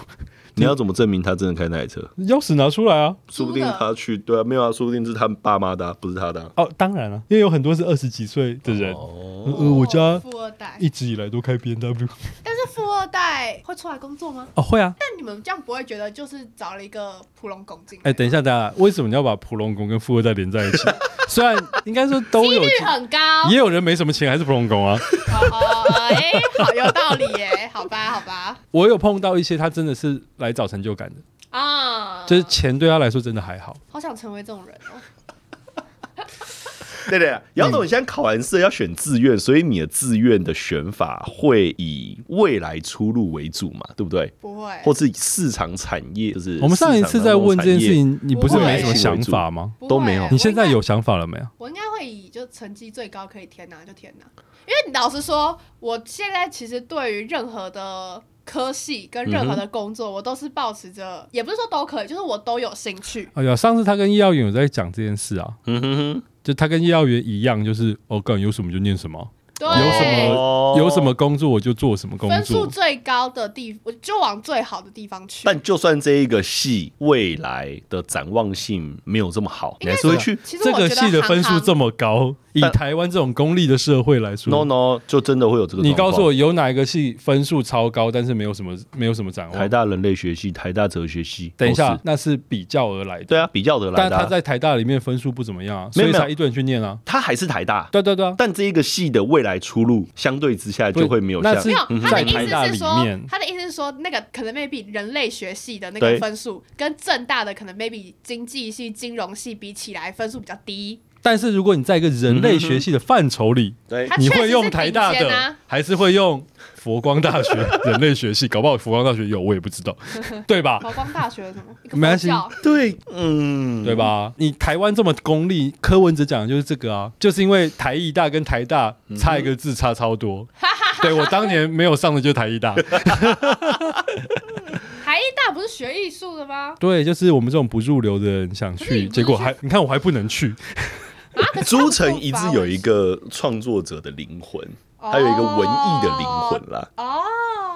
B: 你要怎么证明他真的开那台车？
C: 钥匙拿出来啊。
B: 说
A: 租
B: 不定
A: 的
B: 他去对啊，没有啊，说不定是他爸妈的啊、不是他的啊、
C: 哦，当然了、因为有很多是二十几岁的人，
B: 哦，
C: 呃，我家
A: 富二代，
C: 一直以来都开 B N W，
A: 但是富二代会出来工作吗？
C: 哦，会啊。
A: 但你们这样不会觉得就是找了一个普龙拱进来？
C: 哎、等一下，大家为什么你要把普龙宫跟富二代连在一起？ 虽然应该说都
A: 几
C: 有，
A: 率很高。
C: 也有人没什么钱还是普龙宫啊。
A: 哦， 哎、好有道理耶，好吧，好吧，
C: 我有碰到一些他真的是来找成就感的，
A: 啊，
C: 就是钱对他来说真的还好。
A: 好想成为这种人哦。
B: 对对，姚总，你现在考完试要选志愿，所以你的志愿的选法会以未来出路为主嘛，对不对？
A: 不会，
B: 或是以市场产业，就是
C: 我们上一次在问这件事
B: 市场当中的产业，
C: 情，你不是没什么想法吗？
A: 不会
B: 都没
A: 我
B: 有
A: 应该
C: 你现在有想法了没有？
A: 我应该会以就成绩最高可以填哪就填哪，因为老实说，我现在其实对于任何的科系跟任何的工作，我都是保持
C: 嗯
A: 着，也不是说都可以，就是我都有兴趣。
C: 哎呀，上次他跟叶耀远有在讲这件事啊，
B: 嗯哼哼，
C: 就他跟叶耀远一样，就是哦，干有什么就念什么，
A: 对，
C: 有什么
B: 哦
C: 有什么工作我就做什么工
A: 分数
C: 作。
A: 最高的地，我就往最好的地方去。
B: 但就算这一个系未来的展望性没有这么好，你还是会去。
A: 其实
C: 这
A: 我觉
C: 个
A: 得
C: 系的分数
A: 行
C: 这么高，以
B: 但
C: 台湾这种公立的社会来
B: No
C: 说，
B: No，就真的会有这个。
C: 你告诉我，有哪一个系分数超高，但是没有什么没有什么展
B: 台
C: 望？
B: 大人类学系、台大哲学系，
C: 等一
B: 都
C: 下
B: 是，，
C: 那是比较而来的。
B: 对啊，比较得来
C: 但
B: 的
C: 他
B: 啊、
C: 在台大里面分数不怎么样啊，
B: 没
C: 所
B: 有
C: 以
B: 没有
C: 才一堆人去念啊。
B: 他还是台大，
C: 对对对啊，
B: 但这一个系的未来出路相对之下
C: 不
B: 就会没有
C: 那
B: 像
C: 是
A: 没有，他的
C: 嗯在
A: 意
C: 台大
A: 思是
C: 里
A: 说
C: 面，
A: 他的意思是说，那个可能 maybe 人类学系的那
B: 对
A: 个分数，跟正大的可能 maybe 经济系、金融系比起来，分数比较低。
C: 但是如果你在一个人类学系的范畴里，
B: 对
A: 他
C: 你
A: 嗯确
C: 会
A: 实
C: 用
A: 是
C: 台
A: 顶
C: 大
A: 尖
C: 的
A: 啊，
C: 还是会用佛光大学 人类学系？搞不好佛光大学有，我也不 知道，对吧？
A: 华光大学什么？一个
C: 没
A: 佛
C: 关系
A: 教
B: 对，嗯，
C: 对？吧？你台湾这么功利，柯文哲讲的就是这个啊，就是因为台艺大跟台大差一个字差超多。对我当年没有上的就是台艺大，
A: 台艺大不是学艺术的吗？
C: 对，就是我们这种不入流的人想
A: 可是
C: 去，
A: 你不是
C: 结果
A: 去
C: 还你看我还不能去，
A: 啊， 可是他
B: 朱
A: 们不
B: 晨一直
A: 发
B: 有
A: 文
B: 一个创作者的灵魂，
A: 哦
B: 他有一个文艺的灵魂啦。
A: 哦，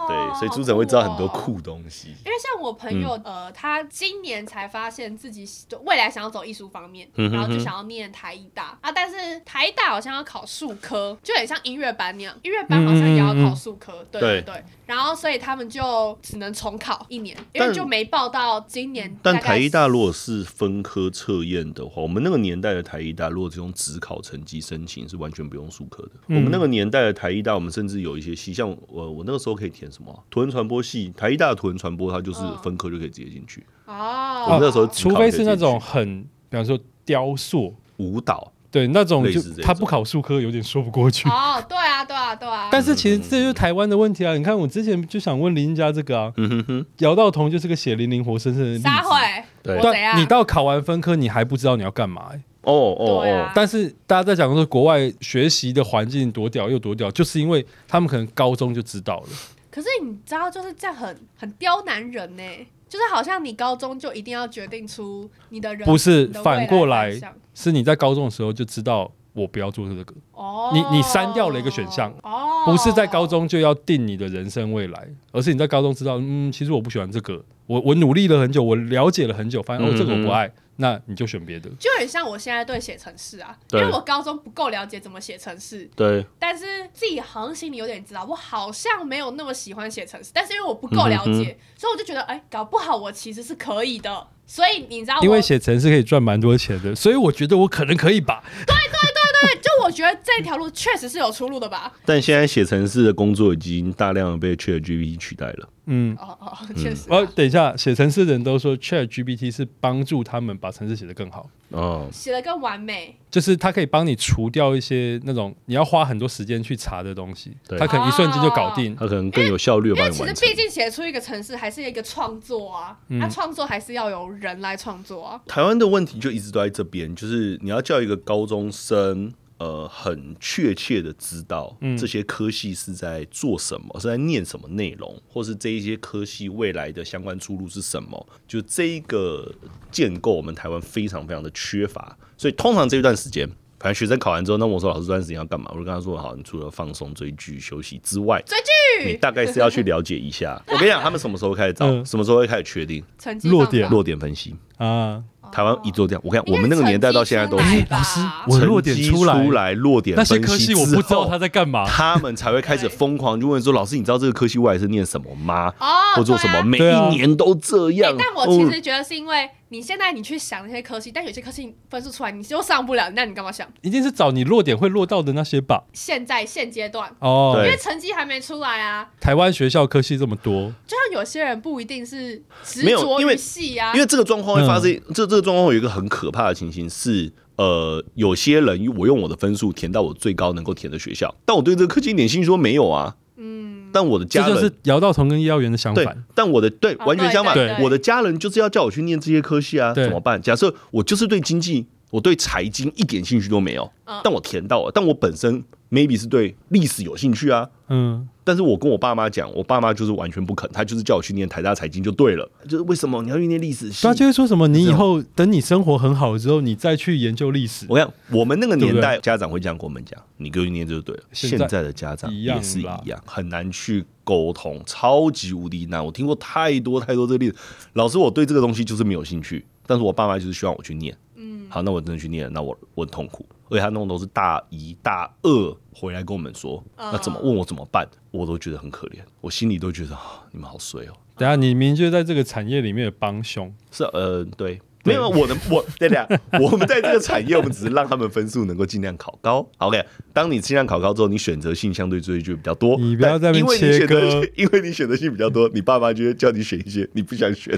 B: 对，所以朱
A: 好
B: 晨会知道很多
A: 哦。
B: 酷嗯东西。
A: 因为像我朋友，呃，他今年才发现自己喜就未来想要走艺术方面，
B: 嗯哼哼
A: 然后就想要念台艺大啊，但是台艺大好像要考数科，就很像音乐班那样，音乐班好像也
B: 嗯
A: 要考数科，对
B: 对
A: 对对。然后所以他们就只能重考一年，因
B: 但
A: 为就没报到今年大
B: 但
A: 概。
B: 台医大如果是分科测验的话，我们那个年代的台医大，如果是用只考成绩申请，是完全不用数科的。我们那个
A: 嗯
B: 年代的台医大，我们甚至有一些系，像我我那个时候可以填什么啊、图文传播系，台医大的图文传播，它就是
A: 嗯
B: 分科就可以直接进去。
A: 哦，
B: 我们那时候只
C: 除
B: 考
C: 非
B: 这
C: 是
B: 些
C: 那种
B: 进去
C: 很，比方说雕塑，
B: 舞蹈，
C: 对那种
B: 类
C: 就
B: 似这
C: 他
B: 种
C: 不考数科有点说不过去。
A: 哦，对啊，对啊，对啊。
C: 但是其实这就是台湾的问题啊！你看，我之前就想问林家这个啊，
B: 嗯哼哼，
C: 姚道彤就是个血淋淋、活生生的例子。
A: 撒会，
B: 对
A: 我怎
C: 但
A: 样？
C: 你到考完分科，你还不知道你要干嘛、欸。
B: 哦哦
A: 对
B: 哦
A: 啊，
C: 但是大家在讲说国外学习的环境多屌又多屌，就是因为他们可能高中就知道了。
A: 可是你知道，就是这样很很刁难人呢、就是好像你高中就一定要决定出你的人，
C: 不是
A: 你的未
C: 反过来
A: 来方向
C: 是你在高中的时候就知道我不要做这个，
A: 哦，
C: 你你删掉了一个选项
A: 哦，
C: 不是在高中就要定你的人生未来，而是你在高中知道，嗯，其实我不喜欢这个，我我努力了很久，我了解了很久，发现哦
B: 嗯
C: 这个我不爱，那你就选别的。
A: 就很像我现在对写程式啊，因
B: 对
C: 嗯
A: 为我高中不够了解怎么写程式，
B: 对，
A: 但是自己好像心里有点知道，我好像没有那么喜欢写程式，但是因为我不够了解，
B: 嗯
A: 所以我就觉得，哎、搞不好我其实是可以的。所以你知啊道我，
C: 因为写程式可以赚蛮多钱的，所以我觉得我可能可以吧。
A: 对，就我觉得这条路确实是有出路的吧。
B: 但现在写程式的工作已经大量的被 ChatGPT 取代了。
C: 嗯，
A: 哦哦，确实、
C: 哦，等一下，写程式的人都说 Chat GPT 是帮助他们把程式写得更好，
B: 哦，
A: 写的更完美。
C: 就是它可以帮你除掉一些那种你要花很多时间去查的东西，
B: 对
C: 它可能一瞬间就搞定。
B: 它可能更有效率地
A: 因
B: 把
A: 为
B: 你
A: 其实
B: 完成
A: 毕。竟写出一个城市还是一个创作啊，
C: 嗯
A: 那、创作还是要有人来创作啊。
B: 台湾的问题就一直都在这边，就是你要叫一个高中生，呃，很确切的知道这些科系是在做什么，是在念什么内容，或是这一些科系未来的相关出路是什么。就这一个建构，我们台湾非常非常的缺乏，所以通常这一段时间。反正学生考完之后，那我说老师这段时间要干嘛？我就跟他说，好，你除了放松、追剧、休息之外，
A: 追
B: 你
A: 剧
B: 大概是要去了解 一下。我跟你讲，他们什么时候开始找，
C: 嗯
B: 什么时候会开始确定
A: 成绩
C: 落
A: 放大
C: 点
B: 落点分析。
C: 啊，
B: 台湾一直都这样。我看
A: 应
B: 我
A: 该
B: 们那个年代到现在都是
A: 成绩
C: 哎
A: 出，
C: 老师
A: 吧，
C: 我的弱点
B: 成绩
C: 出
B: 出
C: 来，
B: 落点
C: 那些
B: 分
C: 科
B: 析
C: 系我不
B: 之
C: 知
B: 后
C: 道他在干嘛。
B: 他们才会开始
A: 对
B: 疯狂就问说：“老师，你知道这个科系外是念什么吗？
A: 哦，
B: 或做什
A: 对
B: 么？
A: 啊
B: 每
C: 对啊
B: 一年都这
A: 哎
B: 样。”
A: 但我其
B: 哦
A: 实觉得是因为你现在你去想那些科系，但有些科系分数出来你就上不了，那你干嘛想？
C: 一定是找你弱点会落到的那些吧？
A: 现在现阶段，
C: 哦，
A: 因
B: 对
A: 为成绩还没出来啊，
C: 台湾学校科系这么多，
A: 就像有些人不一定是执
B: 没有
A: 着
B: 因
A: 于
B: 为
A: 戏啊，
B: 因为这个状况会发生，
C: 嗯
B: 这这个状况会有一个很可怕的情形是，呃，有些人我用我的分数填到我最高能够填的学校，但我对这个科技一点兴趣都没有啊。嗯，但我的
C: 这
B: 家人
C: 就是姚道同跟叶耀元的相
B: 对
C: 反。，
B: 但我的对
A: 啊
B: 完全相反
A: 对对，对
B: 我的家人就是要叫我去念这些科系啊，
C: 对
B: 怎么办？假设我就是对经济，我对财经一点兴趣都没有
A: 嗯，
B: 但我填到了，但我本身 maybe 是对历史有兴趣啊。
C: 嗯，
B: 但是我跟我爸妈讲，我爸妈就是完全不肯，他就是叫我去念台大财经就对了，就是为什么你要去念历史系
C: 他？就会说什么，你以后等你生活很好之后，你再去研究历史。
B: 我跟你讲，我们那个年
C: 对
B: 代，家长会这样跟我们讲，你给我去念就是对了。
C: 现
B: 现
C: 在
B: 在的家长
C: 一样
B: 也是一
C: 啦
B: 样，很难去沟通，超级无敌难。我听过太多太多这个例子。老师，我对这个东西就是没有兴趣，但是我爸妈就是希望我去念。嗯，好，那我真的去念了，那我我很痛苦。而且他弄都是大一、大二回来跟我们说，那怎么问我怎么办，我都觉得很可怜，我心里都觉得啊，你们好衰哦。
C: 等下，你明明就是在这个产业里面的帮凶，
B: 是啊呃，对，没有我的我对对啊，我们在这个产业，我们只是让他们分数能够尽量考高。OK，当你尽量考高之后，你选择性相对就会就比较多。
C: 你不要在
B: 但
C: 那边
B: 因为你
C: 切
B: 选择
C: 割
B: 性，因为你选择性比较多，你爸妈就会叫你选一些你不想选。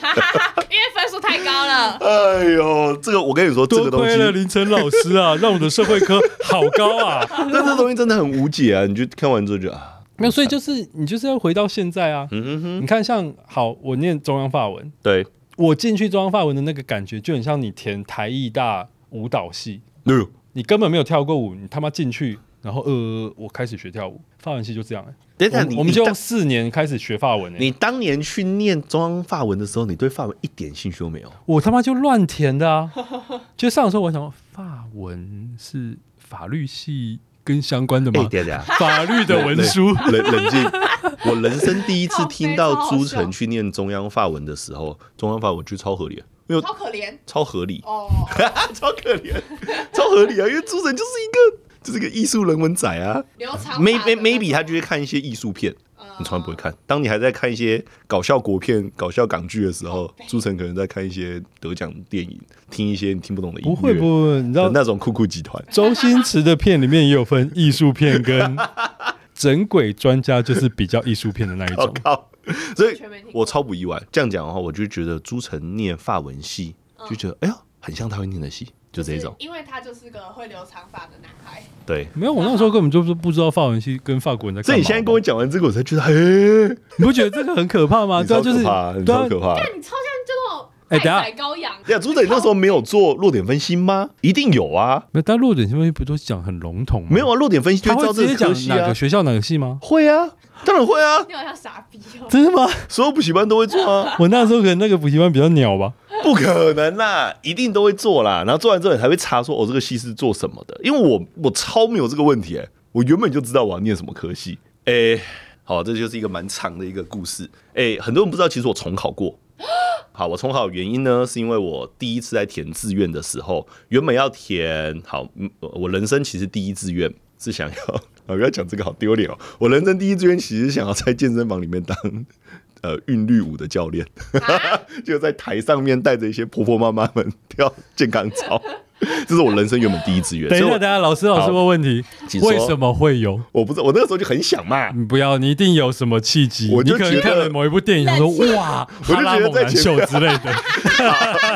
A: 因为分数太高了。
B: 哎呦，这个我跟你说，这
C: 多
B: 个东
C: 亏了
B: 西，
C: 林晨老师啊，让我的社会科好 高啊。
B: 但这个东西真的很无解啊！你就看完之后就啊，
C: 没有，所以就是你就是要回到现在啊。
B: 嗯哼哼，
C: 你看，像好，我念中央法文，
B: 对，
C: 我进去中央法文的那个感觉，就很像你填台艺大舞蹈系，
B: 哎呦
C: 你根本没有跳过舞，你他妈进去，然后呃，我开始学跳舞，法文系就这样、欸。
B: 等一下
C: 我
B: 哎
C: 们
B: 你
C: 我们
B: 你
C: 就
B: 当
C: 用四年开始学法文、欸，
B: 你当年去念中央法文的时候，你对法文一点兴趣都没有。
C: 我他妈就乱填 的啊！就上的时候我想说，法文是法律系跟相关的
B: 哎
C: 吗，？
B: 对对啊，
C: 法律的文书，
B: 冷冷静。 我人生第一次
A: 靠背
B: 听
A: 超
B: 到
A: 好
B: 朱
A: 笑
B: 晨去念中央法文的时候，中央法文我觉得超合理的，因为
A: 好可怜
B: 超合理，
A: 哦，
B: 超可怜， 超合理啊！因为朱晨就是一个就是一个艺术人文仔啊
A: 留长发的那
B: ，maybe
A: 种哦
B: maybe 他就会看一些艺术片。你从来不会看。当你还在看一些搞笑国片、搞笑港剧的时
A: 哦
B: 候，朱晨可能在看一些得奖电影，听一些你听不懂的音乐，
C: 不会不会，你知
B: 的
C: 道
B: 那种酷酷集团。
C: 周星驰的片里面也有分艺术片跟整鬼专家，就是比较艺术片的那一
B: 我
C: 种。
B: 靠！所以
A: 全没听过
B: 我超不意外。这样讲的话，我就觉得朱晨念法文系，就觉得哎呀，很像他会念的系，就这一种。
A: 因为他就是个会留长发的男孩。
B: 对。
C: 没有，我那时候根本就是不知道法文系跟法国人在
B: 所
C: 干
B: 以
C: 嘛。
B: 你现在跟我讲完这个，我才觉得，嘿，
C: 你不觉得这个很可怕 吗？
B: 你
C: 对啊，
B: 超
C: 就
B: 可
C: 是
B: 怕，你
C: 对啊
B: 超，可怕。
A: 但你超像
C: 哎
A: 这
C: 等
A: 种
C: 下
A: 爱仔羔羊。
B: 呀，朱晨，你那时候没有做落点分析吗？一定有啊，
C: 没有，但落点这边不都讲很笼统吗？
B: 没有，啊，落点分析就
C: 他
B: 会知道
C: 会直
B: 这
C: 接
B: 个
C: 讲
B: 科系
C: 哪
B: 啊
C: 个，学校哪个系吗？
B: 会啊，当然会啊，
A: 你好像傻逼 哦！
C: 真的吗？
B: 所有补习班都会做啊，
C: 我那时候可能那个补习班比较鸟 吧。
B: 不可能啦，一定都会做啦。然后做完之后，你还会查说，哦，这个系是做什么的？因为我我超没有这个问题、欸，我原本就知道我要念什么科系。诶、好，这就是一个蛮长的一个故事。诶、很多人不知道，其实我重考过。好，我重考的原因呢，是因为我第一次在填志愿的时候，原本要填好，嗯我人生其实第一志愿是想要， 啊，不要讲这个好丢脸哦。我人生第一志愿其实是想要在健身房里面当呃韵律舞的教练。
A: 啊
B: 就在台上面带着一些婆婆妈妈们 跳健康操，这是我人生原本第一志愿。
C: 等一
B: 所以
C: 下，
B: 我
C: 等一下，老师，老师
B: 好
C: 问问题
B: 请，说
C: 为什么会有？
B: 我不知道，我那个时候就很想嘛，
C: 你不要，你一定有什么契机。
B: 我
C: 你
B: 就
C: 可能
B: 觉得
C: 看了某一部电影，想说哇，
B: 我就觉得
C: 哈拉猛
B: 在
C: 男
B: 前
C: 秀
B: 面
C: 之类的。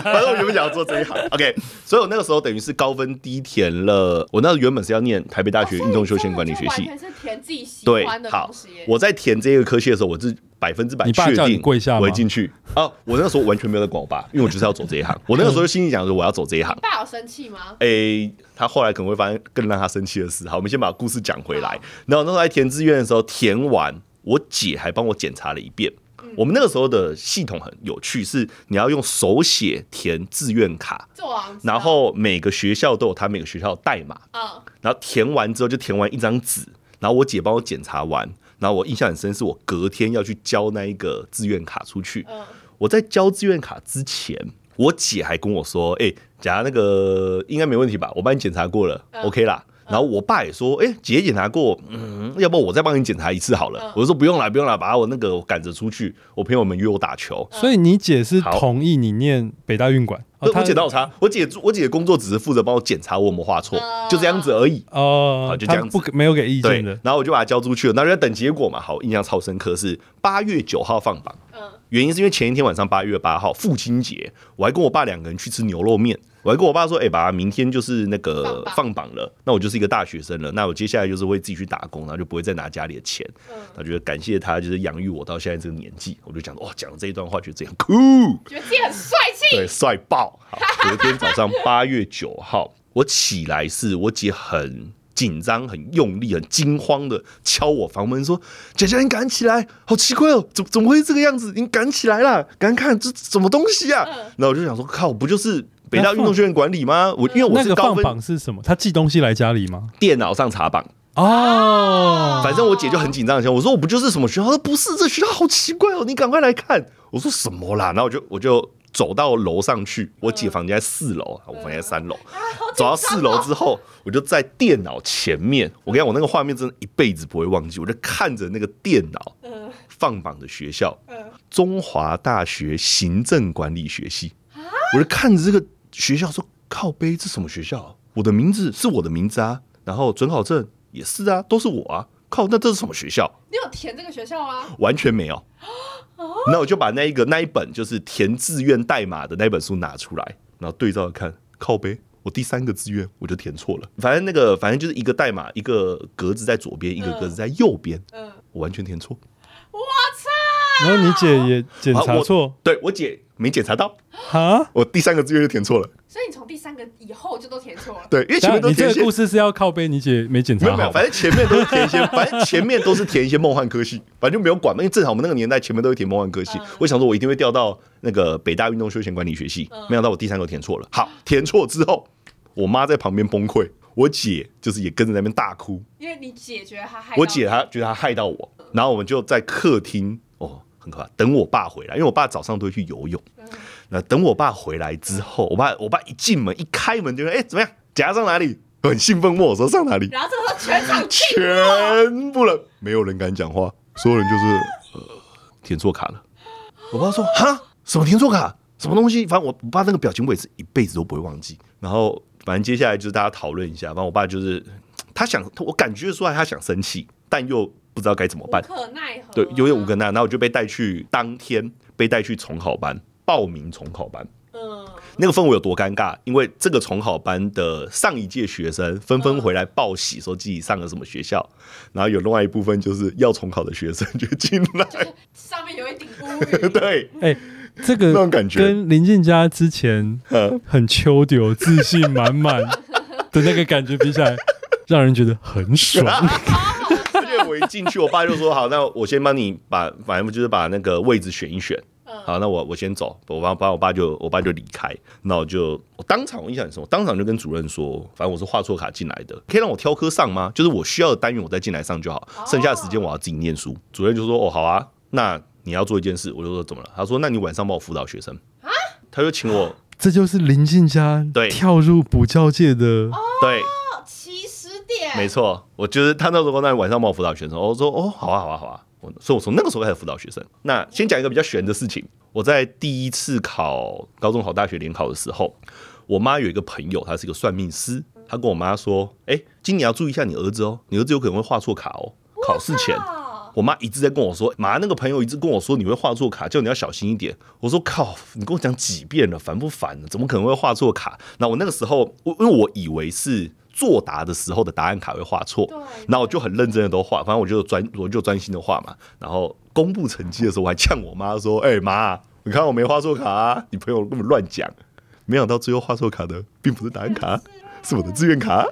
B: 反正我原本想要做这一行。OK，所以我那个时候等于是高分低填了，我那时候原本是要念台北大学运动休闲管理学
A: 完
B: 系。
A: 全是填自己喜
B: 对
A: 欢的，
B: 好
A: 东西耶。，
B: 我在填这个科系的时候，我是百分之百
C: 你爸
B: 确
C: 叫你
B: 定
C: 跪下吗
B: 我会进去啊！我那个时候完全没有在管我爸，因为我就是要走这一行。我那个时候心里想说，我要走这一行
A: 你。爸有生气吗？
B: 诶、他后来可能会发生更让他生气的事。好，我们先把故事讲回来。然后那时候在填志愿的时候，填完，我姐还帮我检查了一遍。我们那个时候的系统很有趣，是你要用手写填志愿卡，
A: 这我好像知道
B: 然后每个学校都有它每个学校的代码，
A: 啊嗯，
B: 然后填完之后就填完一张纸，然后我姐帮我检查完，然后我印象很深，是我隔天要去交那一个志愿卡出去。
A: 嗯
B: 我在交志愿卡之前，我姐还跟我说，哎、假如那个应该没问题吧？我帮你检查过了、o k 啦。然后我爸也说，哎、姐检查过，嗯，要不我再帮你检查一次好了。我就说不用啦，不用啦，把我那个我赶着出去，我朋友们约我打球。
C: 所以你姐是
B: 好
C: 同意你念北大运管，哦
B: 对我
C: 她
B: 姐哪有差？我姐我姐的工作只是负责帮我检查我有没有画错，就这样子而已。
C: 哦
B: 好，就这
C: 她
B: 样子
C: 不给没有给意
B: 对
C: 见的，，
B: 然后我就把它交出去了。那就在等结果嘛。好，印象超深刻是八月九号放榜，
A: 嗯
B: 原因是因为前一天晚上八月八号父亲节，我还跟我爸两个人去吃牛肉面。我还跟我爸说：“哎、爸，明天就是那个放榜了，那我就是一个大学生了，那我接下来就是会自己去打工，然后就不会再拿家里的钱。那觉得感谢他，就是养育我到现在这个年纪。我就讲哦，讲这一段话觉得这样酷，
A: 觉得自己很帅气，
B: 对，帅爆！好，隔天早 上八月九号，我起来是我姐很紧张、很用力、很惊慌的敲我房门说：“姐姐，你赶起来！好奇怪哦，怎么怎么会这个样子？你赶起来啦，赶看这什么东西啊？”
C: 嗯
B: 然后我就想说：“靠，不就是北大运动学院管理吗？我因为我
C: 那
B: 是
C: 个
B: 高
C: 放
B: 分
C: 榜是什么？她寄东西来家里吗？
B: 电脑上查榜。”啊
C: 哦，
B: 反正我姐就很紧张，想我说我不就是什么学校？她说不是，这学校好奇怪哦，你赶快来看。我说什么啦？然后我就我就走到楼上去，我
C: 嗯
B: 姐房间在四楼，我房间在三楼。
A: 啊
B: 走到四楼之后，我就在电脑前面，我跟你讲，我那个画面真的一辈子不会忘记。我就看着那个电脑
A: 嗯
B: 放榜的学校，中华大学行政管理学系，我就看着这个学校说靠背，这什么学校啊、我的名字是我的名字啊，然后准考证也是啊，都是我啊。靠，那这是什么学校？
A: 你有填这个学校啊？
B: 完全没有。那我就把那一个那一本就是填志愿代码的那本书拿出来，然后对照着看，靠背，我第三个志愿我就填错了。反正那个反正就是一个代码，一个格子在左边，一个格子在右边，
A: 嗯，
B: 我完全填错。
A: 我操！
C: 然后你姐也检
B: 啊
C: 查
B: 我
C: 错
B: 对我姐没检查到，
C: 哈。
B: 啊我第三个志愿就填错了。
A: 所以你从第三个以后就都填错了。
B: 对，因为前面
C: 等下
B: 都
C: 你
B: 填
C: 这
B: 一些
C: 个故事是要靠背你姐没检
B: 没
C: 查
B: 有没有，
C: 好吧，
B: 反正前面都是填一些，反正前面都是填一些梦幻科系，反正就没有管嘛，因为正好我们那个年代前面都会填梦幻科系。我想说，我一定会调到那个北大运动休闲管理学系，没想到我第三个填错了。好，填错之后，我妈在旁边崩溃，我姐就是也跟着在那边大哭，
A: 因为你解决他害到
B: 我姐她觉得她害到我，然后我们就在客厅哦，很可怕，等我爸回来，因为我爸早上都会去游泳。那等我爸回来之后，我爸我爸一进门一开门就说：“哎、怎么样？夹上哪里？”很兴奋问我说：“上哪里？”
A: 然后这时候全场气
B: 全部人没有人敢讲话，所有人就是呃填错卡了。我爸说哈什么填错卡什么东西，反正我我爸那个表情我也是一辈子都不会忘记。然后反正接下来就是大家讨论一下，反正我爸就是他想，我感觉出来他想生气，但又不知道该怎么
A: 无
B: 办。
A: 可奈何、啊，
B: 对，有点无可奈，然后我就被带去当天被带去重考班报名重考班。
A: 嗯，
B: 那个氛围有多尴尬？因为这个重考班的上一届学生纷纷回来报喜，说自己上了什么学校，然后有另外一部分就是要重考的学生就进来，
A: 上面有一顶乌 云，
B: 对，
C: 哎、这个
B: 那种感觉
C: 跟林静佳之前
B: 嗯
C: 很丘丢、自信 满满的那个感觉比起来，让人觉得很爽。
B: 而且 我一进去，我爸就说：“好，那我先帮你把，反正就是把那个位置选一选。”好，那我我先走，我爸爸我爸就我爸就离开，那我就我当场我印象很深，我当场就跟主任说，反正我是画错卡进来的，可以让我挑科上吗？就是我需要的单元我再进来上就好，剩下的时间我要自己念书。主任就说：“哦，好啊，那你要做一件事。”我就说：“怎么了？”他说：“那你晚上帮我辅导学生。”他就请我
C: 这就是林静佳
B: 对
C: 跳入补教界的，
B: 对，
A: 起始点，
B: 没错，我就是他那时候跟我那晚上帮我辅导学生，我说哦，好啊，好啊，好啊。我所以我从那个时候开始辅导学生。那先讲一个比较悬的事情，我在第一次考高中考大学联考的时候，我妈有一个朋友，她是一个算命师，她跟我妈说，哎、今年要注意一下你儿子哦，你儿子有可能会画错卡哦，考试前。
D: 啊
A: 哦，
B: 我妈一直在跟我说，妈那个朋友一直跟我说你会画错卡，叫你要小心一点。我说靠，你跟我讲几遍了，烦不烦呢？怎么可能会画错卡？那我那个时候，我因为我以为是作答的时候的答案卡会画错
A: 对，
B: 那我就很认真的都画，反正我就专我就专心的画嘛。然后公布成绩的时候，我还呛我妈说：“哎、妈，你看我没画错卡、啊，你朋友根本乱讲。”没想到最后画错卡的并不是答案卡，啊是我的志愿卡。啊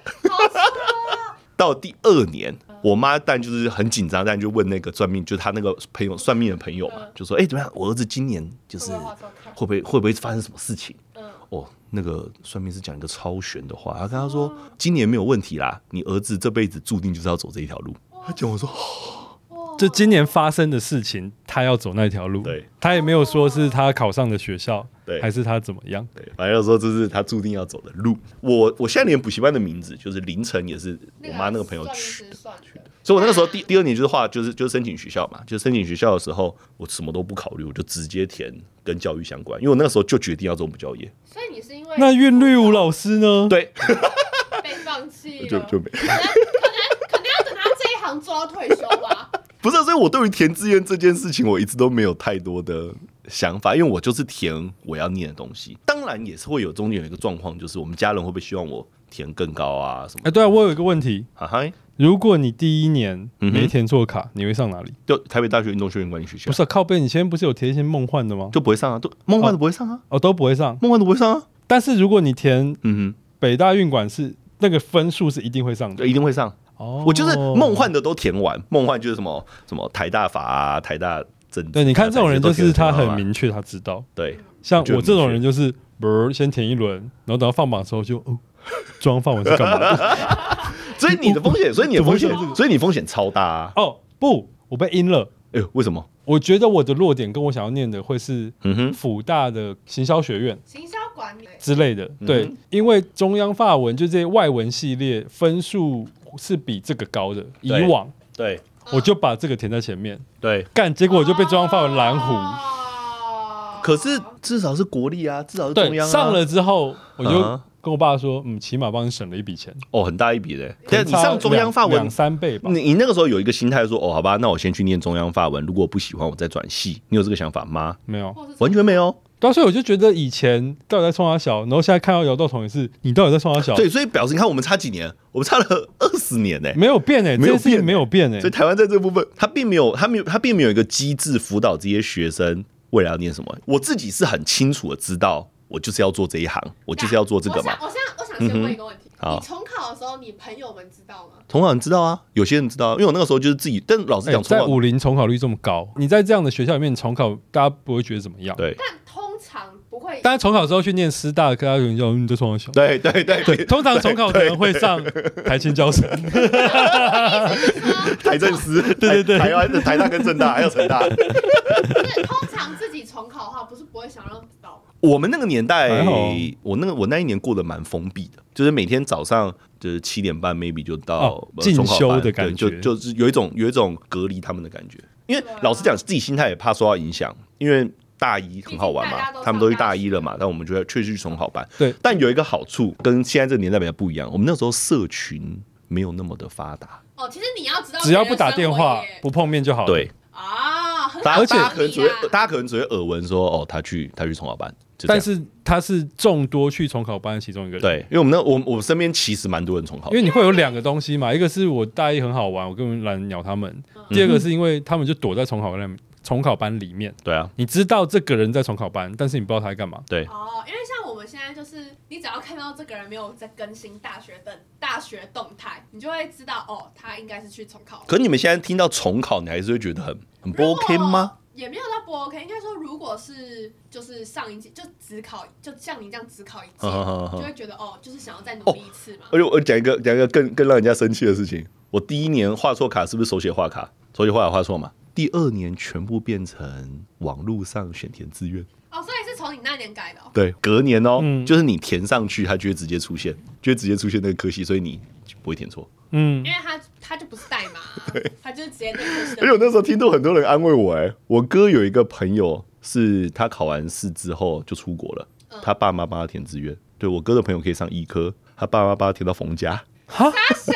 B: 到第二年，我妈但就是很紧张，但就问那个算命，就是她那个朋友算命的朋友嘛，就说：“哎、怎么样？我儿子今年就是
A: 会不会画错卡
B: 会不会会不会发生什么事情？”
A: 嗯
B: 哦，那个算命是讲一个超悬的话，他跟他说：“今年没有问题啦，你儿子这辈子注定就是要走这一条路。”他讲我说：“
C: 就今年发生的事情，他要走那条路，
B: 对，
C: 他也没有说是他考上的学校，
B: 对
C: 还是他怎么样，
B: 对，反正说这是他注定要走的路。我我现在连补习班的名字就是凌晨，也是我妈那个朋友取的。
D: 算的，
B: 所以我那个时候第第二年就是画，就是就是申请学校嘛，就申请学校的时候，我什么都不考虑，我就直接填跟教育相关，因为我那个时候就决定要做补教业，
D: 所以你是因为
C: 那韵律舞老师呢？
B: 对，
D: 被放弃了，
B: 就就没。
D: 可能可能可能要等他这一行做到退休啊吧。
B: 不是，所以我对于填志愿这件事情，我一直都没有太多的想法，因为我就是填我要念的东西。当然也是会有中间有一个状况，就是我们家人会不会希望我填更高啊什么
C: 哎，对啊，我有一个问题，
B: 的？哈哈，
C: 如果你第一年
B: 嗯哼
C: 没填错卡，你会上哪里？
B: 就台北大学运动训练管理学校
C: 不是啊靠背，你现在不是有填一些梦幻的吗？
B: 就不会上啊，都梦幻的不会上啊，
C: 哦，都不会上。
B: 梦幻的不会上啊，
C: 但是如果你填
B: 嗯
C: 北大运管是那个分数是一定会上
B: 哼，就
C: 的。
B: 一定会上。
C: 哦
B: 我就是梦。幻的都填完，梦幻就是什么什么台大法啊，台大政治啊
C: 对，你看这种人就是他
B: 台大这些都填
C: 很，
B: 完了嘛
C: 明确，他知道。
B: 对，
C: 像
B: 就很
C: 我这种人就是，不是先填一轮，然后等到放榜的时候就哦，装放完是干嘛的？
B: 所以你的风险，所以 你的风险
C: 怎么会这，
B: 所以你风险超大啊！
C: 哦，不，我被阴了。
B: 哎呦，为什么？
C: 我觉得我的弱点跟我想要念的会是
B: 嗯哼，
C: 辅大的行销学院
D: 行销管理，
C: 之类的，对，
B: 嗯
C: 因为中央法文就这些外文系列分数是比这个高的，以
B: 对
C: 往
B: 对
C: 我就把这个填在前面，
B: 对，
C: 干，结果我就被中央法文拦糊。
B: 啊
D: 哦
B: 可是至少是国力啊，至少是中
C: 对，
B: 央啊
C: 上了之后我就
B: 啊
C: 跟我爸说，嗯，起码帮你省了一笔钱。
B: 哦，很大一笔的。但你上中央法
C: 法
B: 文嗯
C: 两，三倍吧
B: 你？你那个时候有一个心态说，哦，好吧，那我先去念中央法文，如果不喜欢我再转系，你有这个想法吗？
C: 没有，
D: 或是
B: 完全没有。
C: 对啊、所以我就觉得以前到底在冲他小，然后现在看到姚道彤也是，你到底在冲他小？
B: 对，所以表示你看我们差几年，我们差了二十年呢、
C: 没有变哎、欸，
B: 没有
C: 这件事情
B: 变欸
C: 没有变哎、
B: 所以台湾在这部分，他并没有，他没有，他并没有一个机制辅导这些学生未来要念什么。我自己是很清楚的知道，我就是要做这一行，我就是要做这个嘛。
D: 我想我想我想先问一个问题，
B: 嗯哼好
D: 你重考的时候，你朋友们知道吗？
B: 同行知道啊，有些人知道、啊，因为我那个时候就是自己，但老实
C: 欸
B: 讲，从
C: 在
B: 小
C: 武林重考率这么高，你在这样的学校里面重考，大家不会觉得怎么样。
B: 对
D: 但通常不会，
C: 大家重考之后去念师大，跟大家有人叫嗯你在冲他小。
B: 对对对对，
C: 通常重考可能会上台青教生，
B: 台政师， 对对对，台湾的台大跟政大还有成大，
D: 是通常自己重考的话，不是不会想让知道吗？
B: 我们那个年代
C: 还好啊，
B: 我那个我那一年过得蛮封闭的，就是每天早上就是七点半，maybe 就到
C: 哦
B: 呃
C: 进
B: 中考
C: 修
B: 班
C: 的感
B: 对
C: 觉
B: 就就是有一种有一种隔离他们的感觉。因为
D: 对啊
B: 老实讲，自己心态也怕受到影响，因为大一很好玩
D: 毕竟大
B: 嘛
D: 家，都
B: 他们都去
D: 上大
B: 大一了嘛，但我们觉得确实去重考班。
C: 对，
B: 但有一个好处跟现在这个年代比较不一样，我们那时候社群没有那么的发达，
D: 哦，其实你要知道，
C: 只要不打电话不碰面就好了。
B: 对，，
D: 啊，很
B: 大
D: 好
B: 家
C: 哦而
B: 大家可能
C: 且
B: 只
D: 理啊
B: 会大家可能只会耳闻说哦，他去他去重考班，就这样
C: 但是他是众多去重考班的其中一个人。
B: 对，因为我们那我我身边其实蛮多人重考
C: 因，为你会有两个东西嘛，一个是我大一很好玩，我根本懒得鸟他们；第二个是因为他们就躲在重考班里重考班里面，
B: 对啊，
C: 你知道这个人在重考班，但是你不知道他在干嘛。
B: 对，
D: 哦，因为像我们现在就是，你只要看到这个人没有在更新大学的大学动态，你就会知道哦，他应该是去重考。
B: 可你们现在听到重考，你还是会觉得很很不
D: 啊
B: OK 吗？？
D: 也没有到不 OK，应该说如果是就是上一季就只考，就像你这样只考一 届，
B: 嗯嗯嗯嗯
D: 就会觉得哦，就是想要再努力一次嘛。
B: 而且我讲一个讲一个更更让人家生气的事情，我第一年画错卡是不是手写画卡？手写画卡画错嘛？第二年全部变成网络上选填志愿，
D: 哦，所以是从你那年改的、哦。
B: 对，隔年哦，
C: 嗯
B: 就是你填上去，它就会直接出现，就会直接出现那个科系，所以你不会填错。
C: 嗯
D: 因，为他他就不是代码，啊他就是直接那个
B: 而且我哎那时候听到很多人安慰我、哎，我哥有一个朋友是他考完试之后就出国了，
D: 嗯
B: 他爸妈帮他填志愿。对我哥的朋友可以上医科，他爸妈帮他填到冯家。
D: 他小，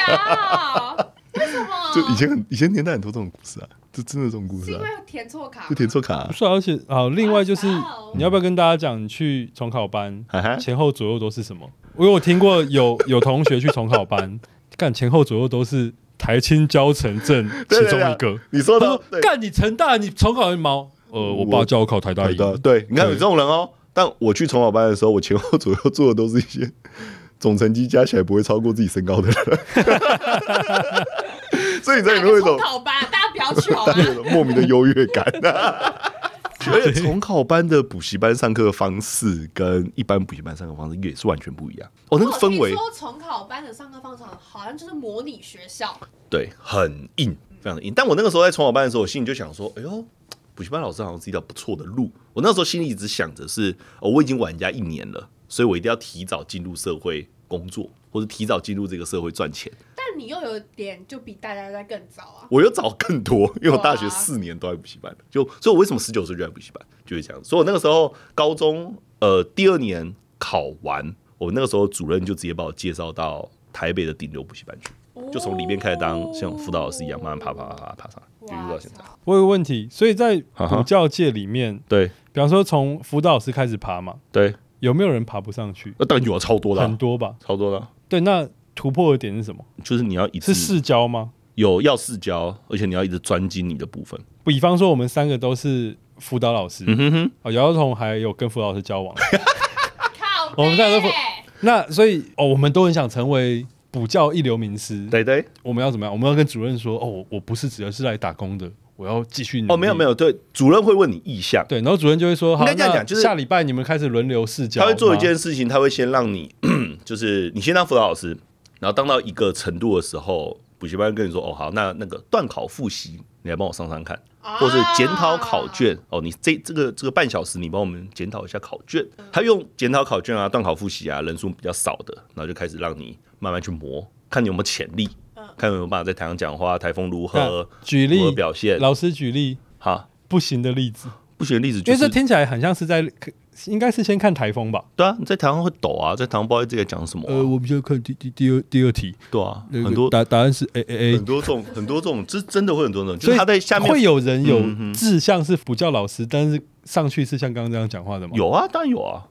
D: 为什么？
B: 就以前很以前年代很多这种故事啊，就真的这种故
D: 嗯是
B: 事
D: 因
B: 啊，
D: 为填错卡吗，
B: 就填错卡、啊
C: 不。是啊、而且好，另外就是
D: 哇哦
C: 你要不要跟大家讲，你去重考班
B: 啊哈
C: 前后左右都是什么？我有听过有有同学去重考班，干前后左右都是台青教城镇其中
B: 对
C: 一个。
B: 你说
C: 他
B: 的
C: 说：“干你成大，你重考一毛。”呃，我爸叫我考台大
B: 对
C: 一。
B: 的，对，你看有
C: 对
B: 这种人哦。但我去重考班的时候，我前后左右做的都是一些 总成绩加起来不会超过自己身高的人， 所以你在里面会有一
D: 重
B: 种
D: 考班，大家不要去好吗
B: 大？家有种莫名的优越 感、而且重考班的补习班上课方式跟一般补习班上课方式也是完全不一样，哦，那个氛
D: 我听
B: 围
D: 说重考班的上课方式好像就是模拟学校，
B: 对很硬，非常的硬。但我那个时候在重考班的时候，我心里就想说，哎呦，补习班老师好像是一条不错的路。我那时候心里只想着是，哦，我已经晚人家一年了，所以我一定要提早进入社会工作，或者提早进入这个社会赚钱。
D: 但你又有点就比大家在更早啊。
B: 我又找更多，因为我大学
D: 哇
B: 四年都在补习班，就所以，我为什么十九岁就在补习班，就是这样。所以我那个时候高中呃第二年考完，我那个时候主任就直接把我介绍到台北的顶流补习班去，就从里面开始当像辅导老师一样，慢慢爬爬爬爬爬上，
D: 哦
B: 一路到现在。
C: 我有个问题，所以在
B: 啊哈哈
C: 补教界里面，
B: 对
C: 比方说从辅导老师开始爬嘛，
B: 对，
C: 有没有人爬不上去？
B: 那当然有啊，超多的啊、
C: 很多吧。
B: 超多的啊、
C: 对，那突破的点是什么？
B: 就是你要一次
C: 是试教吗？
B: 有要试教，而且你要一直专精你的部分。
C: 比方说我们三个都是辅导老师，
B: 嗯哼哼，
C: 哦，姚姚彤还有跟辅导老师交往，
D: 靠
C: 我们在这
D: 背
C: 不那所以哦，我们都很想成为补教一流名师。
B: 对对。
C: 我们要怎么样？我们要跟主任说，哦，我我不是只是来打工的，我要继续努力。
B: 哦，没有没
C: 有，
B: 有，对，主任会问你意向。
C: 对，然后主任就会说，好，
B: 应该这样讲
C: 那
B: 就是
C: 下礼拜你们开始轮流试教。
B: 他会做一件，事情，他会先让你， 就是你先当辅导老师，然后当到一个程度的时候，补习班跟你说，哦，好，那那个段考复习，你来帮我上上看，
A: 啊
B: 或
D: 啊
B: 是检讨考卷，哦，你这这个这个半小时，你帮我们检讨一下考卷。他用检讨考卷啊、段考复习啊，人数比较少的，然后就开始让你慢慢去磨，看你有没有潜力，看有没有办法在台上讲话，台风如何，
C: 举
B: 如何
C: 例，
B: 表现。
C: 老师举例
B: 好，
C: 不行的例子，
B: 不行的例子
C: 因
B: 就
C: 为这
B: 是，
C: 听起来很像是在，应该是先看台风吧。
B: 对啊，你在台上会抖啊，在台上不知道自己在讲什么啊、
C: 呃，我们就看第第第二第二题，
B: 对啊，
C: 那个
B: 很多
C: 答答案是 A A A，
B: 很多这 种，很多这种，这真的会很多这种，就
C: 所
B: 是
C: 以
B: 他在下面
C: 会有人
B: 嗯
C: 有志向是补教老师，但是上去是像刚刚这样讲话的吗？，
B: 有啊，当然有啊，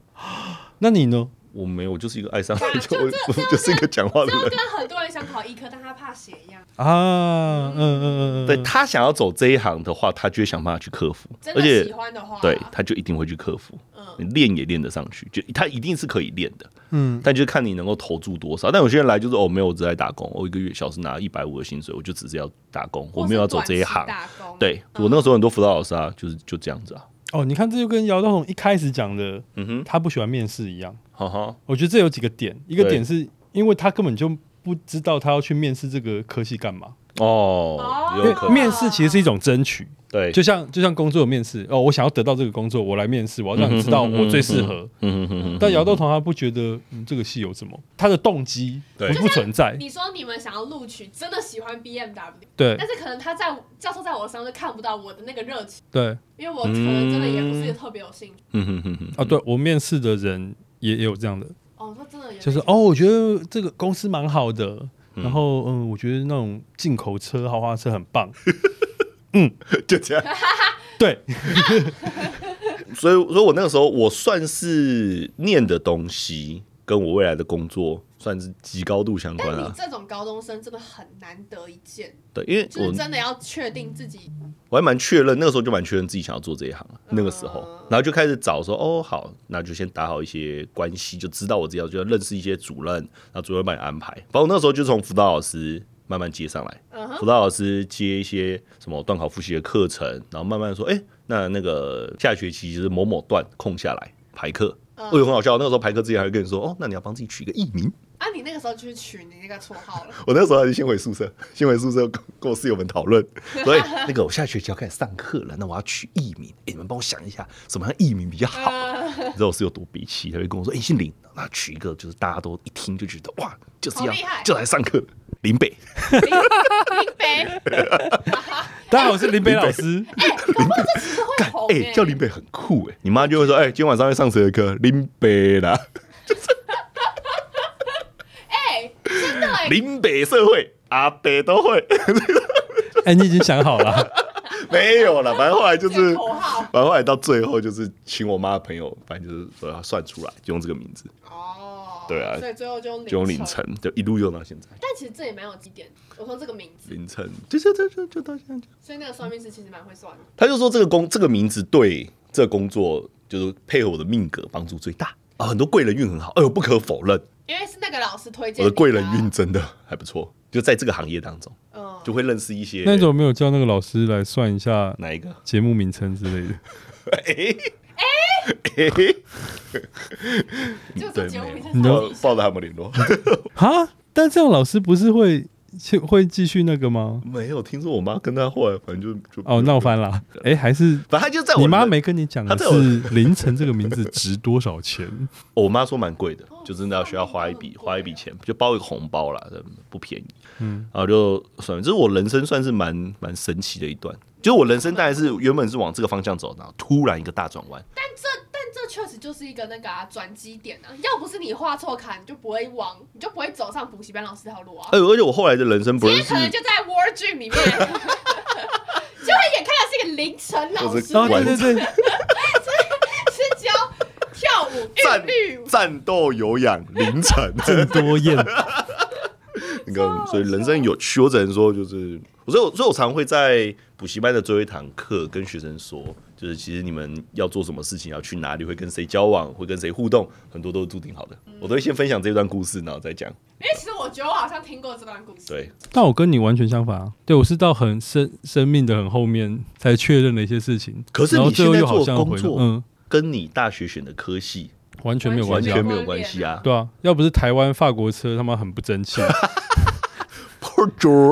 C: 那你呢？
B: 我没有，我就是一个爱上，
D: 啊
B: 就
D: 就
B: 我我就是一个讲话的
D: 就
B: 人。
D: 跟很多人想考医科，但他怕血一样，
C: 啊，嗯嗯嗯嗯，
B: 对他想要走这一行的话，他就会想办法去克服，
D: 真
B: 而
D: 的喜
B: 且
D: 欢的啊话，
B: 对他就一定会去克服，你
D: 嗯，
B: 练也练得上去，就他一定是可以练的，
C: 嗯，
B: 但就是看你能够投注多少。但有些人来就是哦，没有，我只在打工，我一个月小时拿一百五的薪水，我就只是要打工，我没有要走这一行
D: 或是。短期打工，
B: 对
D: 嗯
B: 我那个时候很多辅导老师啊，就是就这样子啊，
C: 哦，你看这就跟姚道宏一开始讲的，
B: 嗯哼，
C: 他不喜欢面试一样。
B: 哈哈，
C: 我觉得这有几个点，一个
B: 对
C: 点是因为他根本就不知道他要去面试这个科系干嘛，
B: 哦，
D: 哦
C: 因
B: 有
C: 为
B: 可能
C: 面试其实是一种争取，
B: 对，
C: 就像就像工作有面试哦，我想要得到这个工作，我来面试，我要让你知道我最适合。
B: 嗯嗯哼哼哼，
C: 但姚道彤他不觉得、嗯、这个戏有什么，他的动机不
B: 对
C: 不存在，
D: 你说你们想要录取，真的喜欢 BMW，
C: 对
D: 但是可能他在教授在我身上就看不到我的那个热情，
C: 对
D: 因为我可能真的也不是特别有兴趣。
B: 嗯哼哼哼。
C: 啊，对我面试的人也也有这样的，
D: 哦，那真的也
C: 就是哦，我觉得这个公司蛮好的，然后嗯，我觉得那种进口车、豪华车很棒，
B: 就这样。
C: 对，
B: 所以，所以我那个时候，我算是念的东西跟我未来的工作算是极高度相关
D: 但你
B: 啊。
D: 这种高中生真的很难得一见，
B: 对，因为
D: 就
B: 我
D: 是真的要确定自己
B: 我还蛮确认，那个时候就蛮确认自己想要做这一行了。那个时候
D: 嗯，
B: 然后就开始找说，哦，好，那就先打好一些关系，就知道我自己要就要认识一些主任，然后主任帮你安排。包括那时候就从辅导老师慢慢接上来，
D: 嗯
B: 辅导老师接一些什么段考复习的课程，然后慢慢说，哎、那那个下学期就是某某段空下来排课。哦
D: 嗯
B: 我有很好笑，那个时候排课之前还会跟你说，哦，那你要帮自己取一个艺名。
D: 啊，你那个时候就是取你那个绰号 了，
B: 我那时候还是先回宿舍，先回宿舍跟跟我室友们 讨论，所以那个我下学期要开始上课了，那我要取艺名，哎、你们帮我想一下什么样艺名比较好。
D: 嗯
B: 你知道我室友多憋气，他就跟我说，哎、你姓林，那取一个就是大家都一听就觉得哇，就是要
D: 好厉害
B: 就来上课，林北。
D: 林 北，
C: 大家好，我 是林北老师，
D: 这会红
B: 哎、
D: 哎，
B: 叫林北很酷哎、你妈就会说，哎、今天晚上会上谁的课？林北啦，
D: 哎，真的哎，
B: 林北社会阿北都会，
C: 哎、你已经想好 了，
B: 没有啦，反正后来就是
D: 这个口号
B: 反正后来到最后就是请我妈的朋友，反正就是说要算出来，就用这个名字，
D: 哦，
B: 对啊
D: 所以最后就用
B: 就用凌晨，就一路用到现在。
D: 但其实这也蛮有基点。我说这个名字，
B: 凌晨，就就就就就到现在。
D: 所以那个算命师其实蛮会算的。
B: 他就说这个工这个名字对这个工作就是配合我的命格帮助最大啊，很多贵人运很好。哎呦，不可否认，
D: 因为是那个老师推荐
B: 我
D: 你啊
B: 的贵人运，真的还不错，就在这个行业当中
D: 嗯，
B: 就会认识一些
C: 那你怎么没有叫那个老师来算一下
B: 哪一个。
C: 节目名称之类 的？
B: 哎哎哎，
D: 就
B: 对
D: 这节目名称
C: 没有
D: 超
B: 抱
D: 级
B: 抱着他们联络，
C: 哈，但这种老师不是会去会继续那个吗？
B: 没有听说我妈跟他后来反正就就
C: 哦，闹翻了。哎、还是
B: 反正他就在我
C: 你妈
B: 的
C: 没跟你讲的
B: 她在我
C: 是凌晨这个名字值多少钱？
B: 哦我妈说蛮贵的，就真的要需要花一笔花一笔钱，就包一个红包啦，不便宜。嗯，然后就算了，这是我人生算是蛮蛮神奇的一段。就是我人生大概是原本是往这个方向走，然后突然一个大转弯。
D: 但这但这确实就是一个那个啊转机点啊，要不是你画错卡，你就不会往，你就不会走上补习班老师这条路啊。
C: 呃
B: 哎，而且我后来的人生不
D: 今
B: 论
D: 天
B: 是
D: 可能就在 War Dream 里面，就会眼看到是一个凌晨老
B: 我
D: 师，
B: 是
C: 哦，
B: 完
C: 对对 对，
D: 是教跳 舞、韵
B: 战
D: 律舞。
B: 战斗、有氧、凌晨
C: 郑多燕，
B: 那个，所以人生有趣，我只能说就是，所以我所以我常会在补习班的最后一堂课跟学生说，就是其实你们要做什么事情，要去哪里，会跟谁交往，会跟谁互动，很多都是注定好的。我都会先分享这段故事，然后再讲。
D: 因为其实我觉得我好像听过这段故事，
B: 对，
C: 但我跟你完全相反啊！对我是到很生生命的很后面才确认了一些事情，
B: 可是
C: 然后
B: 你
C: 最
B: 现
C: 后
B: 在
C: 又好
B: 做
C: 像
B: 工
C: 回
B: 作，
C: 嗯，
B: 跟你大学选的科系
C: 完全没有
D: 完
C: 关
B: 完
C: 系
B: 全
C: 啊，
B: 没有关系啊。
C: 对啊，要不是台湾法国车他妈很不 争气，
B: 破竹，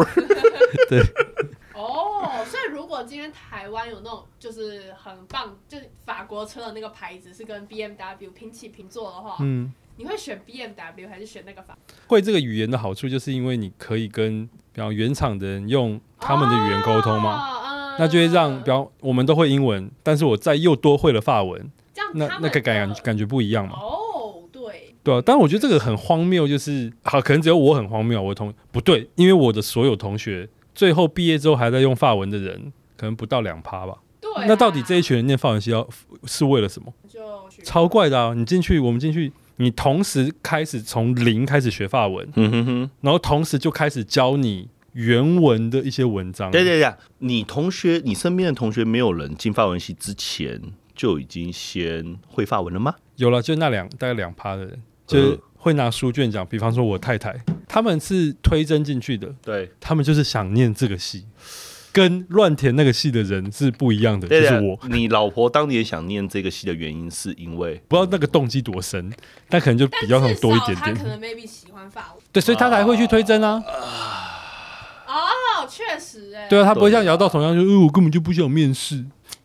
D: 哦，所以如果今天台湾有那种就是很棒，就是法国车的那个牌子是跟 BMW 平起平坐的话，
C: 嗯，
D: 你会选 BMW 还是选那个法？
C: 会这个语言的好处就是因为你可以跟比方原厂的人用他们的语言沟通嘛，
D: 哦嗯
C: 那就会让比方我们都会英文，但是我再又多会了法文，
D: 这样
C: 那
D: 他们
C: 那个感
D: 的
C: 感觉不一样嘛，
D: 哦，对，
C: 对啊，但我觉得这个很荒谬，就是好，可能只有我很荒谬，我的同不对，因为我的所有同学最后毕业之后还在用法文的人，可能不到两趴吧。
D: 对啊，
C: 那到底这一群人念法文系要是为了什么？
D: 就去
C: 超怪的啊！你进去，我们进去，你同时开始从零开始学法文，
B: 嗯哼哼，
C: 然后同时就开始教你原文的一些文章。
B: 对对对，你同学，你身边的同学没有人进法文系之前就已经先会法文了吗？
C: 有了，就那两大概两趴的人，就是
B: 嗯
C: 会拿书卷讲，比方说我太太，他们是推甄进去的，
B: 对，
C: 他们就是想念这个戏，跟乱填那个戏的人是不一样的，就
B: 对
C: 是
B: 的
C: 我。。
B: 你老婆当年想念这个系的原因，是因为
C: 不知道那个动机多深，但可能就
D: 但
C: 比较想多一点
D: 至少他可
C: 点，
D: 能 maybe 喜欢法文
C: 对，所以他才会去推甄啊，
D: 哦，确实哎、
C: 对啊，他不会像姚道同样就，呃，我根本就不想面试，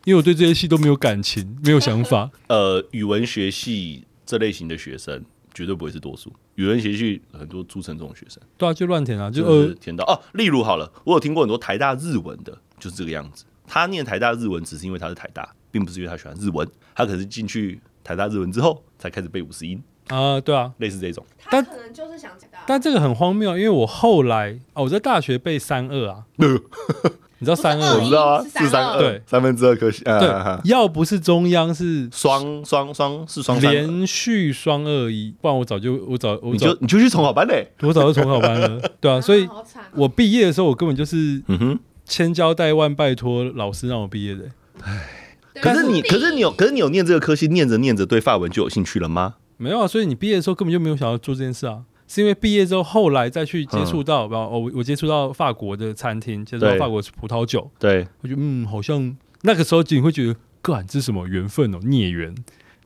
C: 因为我对这些戏都没有感情，没有想法，
B: 呃语文学系这类型的学生绝对不会是多数。语文学系很多朱成这种学生，
C: 对啊，就乱填啊，就
B: 就是
C: 呃，
B: 填到哦，例如好了，我有听过很多台大日文的，就是这个样子。他念台大日文，只是因为他是台大，并不是因为他喜欢日文。他可是进去台大日文之后，才开始背五十音，
C: 啊、对啊，
B: 类似这种。
D: 他
C: 但
D: 可能就是想知道。
C: 但这个很荒谬啊，因为我后来哦，我在大学背三二 啊，你知道三
D: 不
C: 二
D: 是
C: 吗？
D: 我知道啊432
C: 对
B: 哦三分之二科系，啊
C: 对，要不是中央是
B: 双双双是双三二，
C: 连续双二一，不然我早就我早我
B: 你
C: 早
B: 就你就去重考班嘞。
C: 我早就重考班了，对啊，所以
D: 啊好惨哦
C: 我毕业的时候，我根本就是
B: 嗯哼。
C: 千交代万拜托老师让我毕业的、
D: 对
B: 啊可是你，
D: 比
B: 可是你有，可是你有念这个科系，念着念着对法文就有兴趣了吗？
C: 没有啊，所以你毕业的时候根本就没有想要做这件事啊，是因为毕业之后后来再去接触到，然后、哦、我我接触到法国的餐厅，接触到
B: 嗯对
C: 法国葡萄酒，
B: 对，
C: 我觉得嗯，好像那个时候你会觉得，干这是什么缘分哦，孽缘。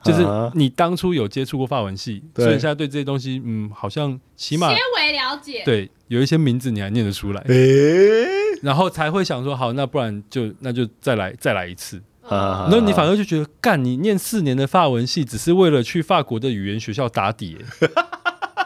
C: 就是
B: 啊
C: 你当初有接触过法文系，
B: 对
C: 所以现在对这些东西，嗯，好像起码
D: 些微了解，
C: 对有一些名字你还念得出来，
B: 诶、
C: 然后才会想说，好，那不然就那就再来再来一次。
D: 嗯，
B: 啊
C: 然后你反而就觉得，干你念四年的法文系，只是为了去法国的语言学校打底耶，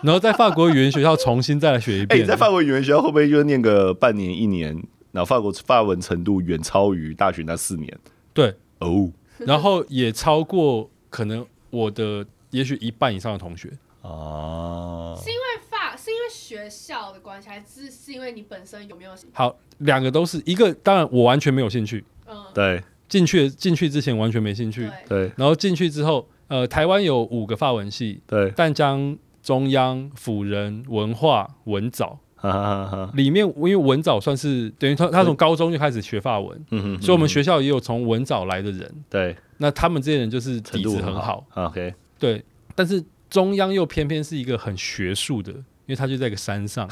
C: 然后在法国语言学校重新再来学一
B: 哎、
C: 遍。
B: 你在法文语言学校会不会就念个半年一年，然后法国法文程度远超于大学那四年？
C: 对，
B: 哦，
C: 然后也超过可能我的也许一半以上的同学。
B: 啊，
A: 哦
D: 是因为法是因为学校的关系，还是是因为你本身有没有
C: 好，两个都是一个，当然我完全没有兴趣，
D: 嗯
B: 对
C: 进去进去之前完全没兴趣
D: 对，
B: 对
C: 然后进去之后，呃，台湾有五个法文系，
B: 对，
C: 淡江、中央、辅仁、文化、文藻。
B: 哈哈哈哈，
C: 里面因为文藻算是等于他他从高中就开始学法文，
B: 嗯哼
C: 所以我们学校也有从文藻来的人，
B: 对
C: 那他们这些人就是
B: 程
C: 底
B: 度
C: 子很好，
B: ，OK，
C: 对。但是中央又偏偏是一个很学术的，因为它就在一个山上，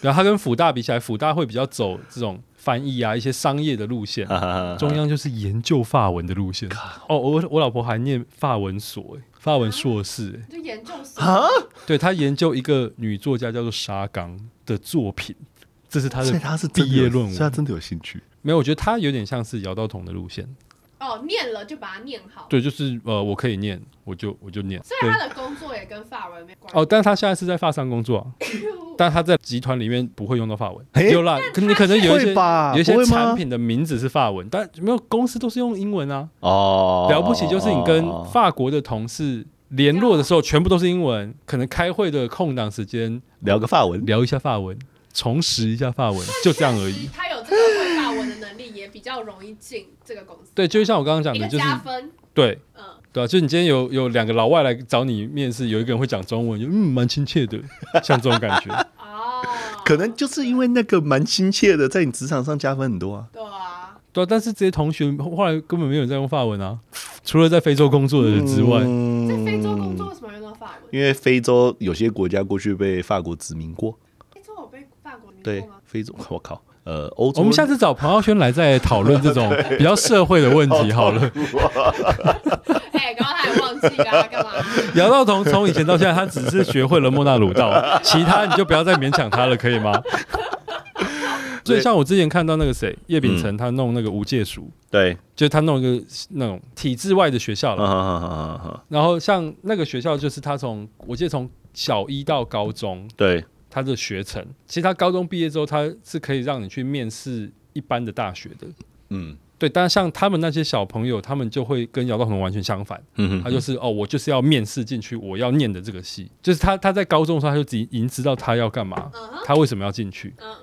C: 然后它跟辅大比起来，辅大会比较走这种翻译啊一些商业的路线，
B: 哈哈哈哈，
C: 中央就是研究法文的路线。哦，我我老婆还念法文所、欸，法文硕士、欸，
D: 就研究所
B: 啊，
C: 对她研究一个女作家叫做沙冈的作品。这是他
B: 所以
C: 的
B: 他是真
C: 毕
B: 的有
C: 业论
B: 所以他
C: 文。
B: 真的有兴趣。
C: 没有，我觉得他有点像是姚道彤的路线。
A: 哦，念了就把它念好。
C: 对，就是呃，我可以念，我就我就念。
A: 虽
C: 对
A: 然他的工作也跟法文没关系，
C: 哦，但是他现在是在发商工作、啊，但他在集团里面不会用到法文。
B: 诶
C: 有啦，可你可能有一些
B: 会吧
C: 有一
B: 不
C: 些
B: 会吗
C: 产品的名字是法文，但没有公司都是用英文啊。
B: 哦，
C: 了不起就是你跟
B: 哦
C: 法国的同事联络的时候，全部都是英文，可能开会的空档时间
B: 聊个法文，
C: 聊一下法文，重拾一下法文，就这样 而已。
A: 他有这个会法文的能力，也比较容易进这个公司，
C: 对，就像我刚刚讲
A: 一
C: 的，
A: 个
C: 就是
A: 加分。
C: 对
A: 嗯，
C: 对啊，就你今天有有两个老外来找你面试，有一个人会讲中文，就嗯蛮亲切的，像这种感觉。
A: 哦，
B: 可能就是因为那个蛮亲切的，在你职场上加分很多啊。
A: 对啊，
C: 对、啊，但是这些同学后来根本没有人在用法文啊，除了在非洲工作的人之外，
B: 嗯
A: 在非洲工作为什么用到法文？
B: 因为非洲有些国家过去被法国殖民过，
A: 非洲有被法国迷
B: 对
A: 惑吗？，
B: 非洲，我靠，呃，欧洲，
C: 我们下次找彭浩轩来再讨 论这种比较社会的问题好了。
A: 哎，刚刚他也忘记啊， 干嘛？
C: 姚道彤从以前到现在，他只是学会了莫纳鲁 道，其他你就不要再勉强他了，可以吗？所以像我之前看到那个谁叶秉成，他弄那个无界塾，
B: 对，
C: 就是他弄一个那种体制外的学校
B: 啊
C: 了。
B: 哈哈哈哈，
C: 然后像那个学校，就是他从我记得从小一到高中，
B: 对，
C: 他的学程，其实他高中毕业之后，他是可以让你去面试一般的大学的。
B: 嗯
C: 对，但像他们那些小朋友，他们就会跟姚道彤完全相反。
B: 嗯
C: 他就是哦，我就是要面试进去，我要念的这个系，就是他他在高中的时候他就已经已经知道他要干嘛，
A: 嗯哼，
C: 他为什么要进去，
A: 嗯，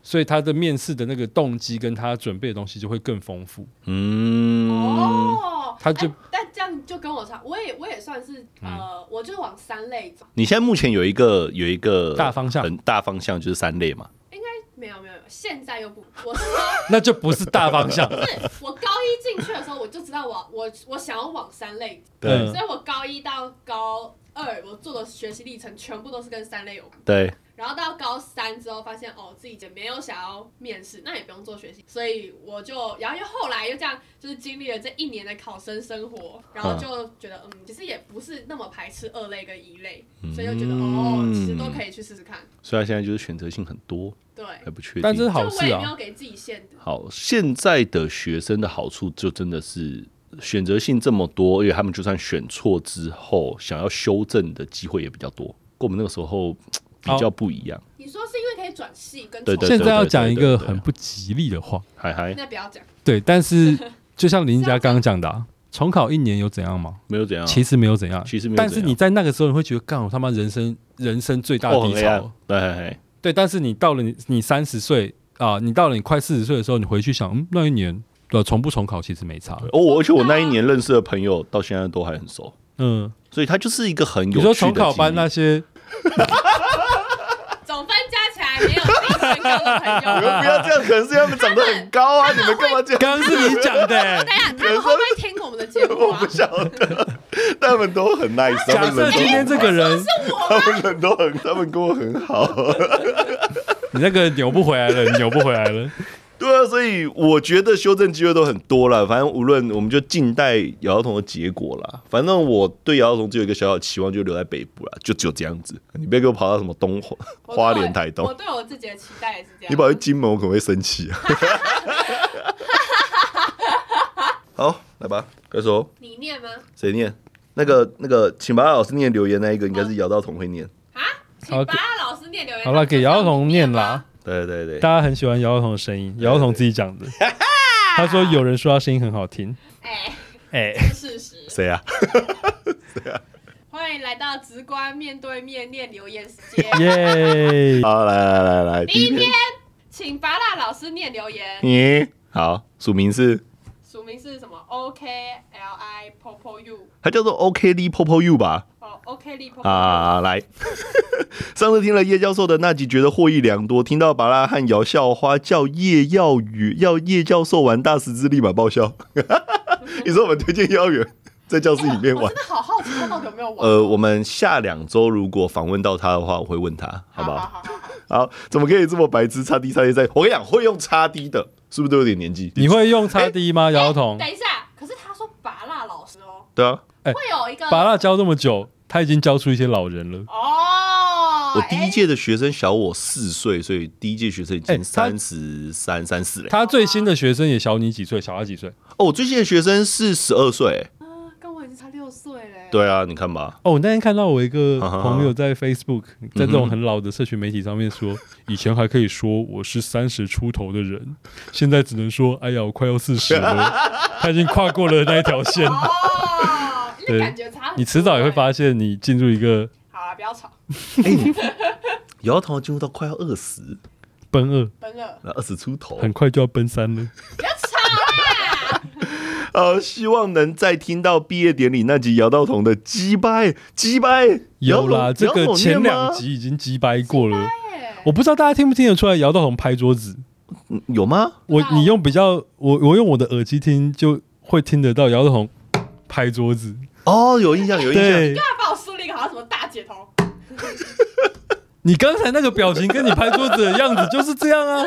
C: 所以他的面试的那个动机跟他准备的东西就会更丰富。
B: 嗯，
A: 哦，
C: 他就嗯
A: 哎但这样就跟我差，我也我也算是呃，我就是往三类走，
B: 你现在目前有一个有一个
C: 大方向
B: 很大方向就是三类嘛，
A: 没有没有，没有现在又不，我是 说，
C: 那就不是大 方向，
A: 不是我高一进去的时候我就知道我我我想要往三类走，
B: 对
C: 嗯
A: 所以我高一到高二我做的学习历程全部都是跟三类有关。
B: 对，
A: 然后到高三之后，发现哦自己也没有想要面试，那也不用做学习，所以我就，然后又后来又这样，就是经历了这一年的考生生活，然后就觉得嗯，其实也不是那么排斥二类跟一类，
C: 嗯
A: 所以就觉得哦，其实都可以去试试看。
B: 所以他现在就是选择性很多，
A: 对，
B: 还不确定，
C: 但这是嗯好
A: 就我
C: 事
A: 也没
C: 啊
A: 有。给自己限制。
B: 好，现在的学生的好处就真的是选择性这么多，因为他们就算选错之后，想要修正的机会也比较多，跟我们那个时候比较不一样。
A: 你说是因为可以转系跟
B: 对
A: 重
B: 对
C: 现在要
B: 对对
C: 讲一
B: 对
C: 个
B: 对
C: 很不吉利的话，
B: 嗨嗨，
A: 那不要讲，
C: 对，但是就像林家刚刚讲的、啊，重考一年有怎样吗？
B: 没有怎样，
C: 啊其实没有怎样，
B: 其实没有怎
C: 但
B: 样
C: 是你在那个时候，你会觉得，干我他妈人生人生最大
B: 哦很
C: 低
B: 黑
C: 潮。
B: 暗，对，嗨嗨
C: 对，但是你到了你你三十岁啊，你到了你快四十岁的时候，你回去想，嗯，那一年呃重不重考其实没差。
B: 哦，我而且我那一年认识的朋友到现在都还很熟，
C: 嗯，
B: 所以他就是一个很有趣
C: 你
B: 的
C: 说重考班
B: 经历
C: 那些，
A: 总分加起来没有自己身高的朋 友。。
B: 不要这样，可能是他们长得很高 啊，你们干嘛这样？
C: 刚刚是你讲的、欸
A: 哎呀，他们会不会听我们的节目 啊？
B: 晓得，但他们都很 nice，他
C: 假
B: 们
C: 设
B: 人
C: 今天
B: 都
C: 这个人，
B: 他们人都很，他们跟我很好。
C: 你那个扭不回来了， 你扭不回来了。
B: 对啊，所以我觉得修正机会都很多了。反正无论我们就静待姚晓彤的结果啦。反正我对姚晓彤只有一个小小期望，就留在北部啦，就只有这样子。你别给我跑到什么东花、
A: 我
B: 花
A: 对我
B: 莲、台
A: 我
B: 东，
A: 对我自己的期待也是这样。
B: 你跑去金门，我可能会 生气啊。好，来吧，快说，
A: 你念吗？
B: 谁念？那个那个，请把老师念留言那一个，应该是姚道彤会念。
A: 啊，
C: 好
A: 请
C: 给
A: 把老师念留言。
C: 好了，给姚童念啦。。
B: 对对对，
C: 大家很喜欢姚童的声音，姚童自己 讲的。他说有人说他声音很好听，
A: 哎，
C: 哎、
A: 是事实。
B: 谁啊？
A: 欢迎来到直观面对面念留言时间。
C: 耶！
B: 好，来来来来，
A: 第一篇，请巴拉老师念留言，
B: 你好，署名是
A: 署名是什么？OK L I Popo U。
B: 它叫做 OK Lee Popo You 吧？
A: 哦，OK 立 Popo。
B: 啊，来，上次听了叶教授的那集，觉得获益良多。听到巴拉和姚校花叫叶耀宇，要叶教授玩大十字，立马爆笑。 你说我们推荐幼儿园在教室里面
A: 我
B: 玩
A: 真？的好好奇他到底有没有玩。
B: 呃，我们下两周如果访问到他的话，我会问他，好不
A: 好
B: 好？
A: 好好好。
B: 好，怎么可以这么白痴？叉 D 叉 D 在，我跟你讲，会用叉 D 的，是不是都有点年纪？
C: 你会用叉 D 吗，姚童？
A: 等一下，可是他说巴拉老师哦，
B: 对啊，
C: 哎
A: 会有一个
C: 把他教这么久，他已经教出一些老人了。
A: 哦，
B: 我
E: 哎
B: 第一届的学生小我四岁，所以第一届学生已经
C: 哎他
B: 三十三、三四了。
C: 他最新的学生也小你几岁，小他几岁？
B: 哦，我最近的学生是十二岁。
A: 啊，跟我已经差六岁嘞。
B: 对啊，你看吧，
C: 哦，我那天看到我一个
B: 哈哈哈
C: 朋友在 Facebook，在这种很老的社群媒体上面 说，以前还可以说我是三十出头的人，现在只能说，哎呀，我快要四十 了，他已经跨过了那一条线。
A: 哦，那感觉差很多。
C: 你迟早也会发现，你进入一个
A: 好了，不要吵，
B: 哎、你 摇头进入到快要二十，
C: 奔二，
A: 分了。
B: 二十出头。
C: 很快就要奔三了。
B: 呃，希望能再听到毕业典礼那集姚道彤的击败击败。
C: 有
B: 姚
C: 啦，
B: 董
C: 这个前两，
B: 姚
C: 集已经击掰过了。
A: 哎
C: 我不知道大家听不听得出来姚道红拍桌子。
B: 董念吗嗯有吗？
C: 我
A: 知道
C: 你用比较，我我用我的耳机听就会听得到姚道红拍桌子。
B: 哦，有印象，有印象。
C: 对
A: 他把我梳理一个好像什么大姐头，
C: 你刚才那个表情跟你拍桌子的样子就是这 样啊。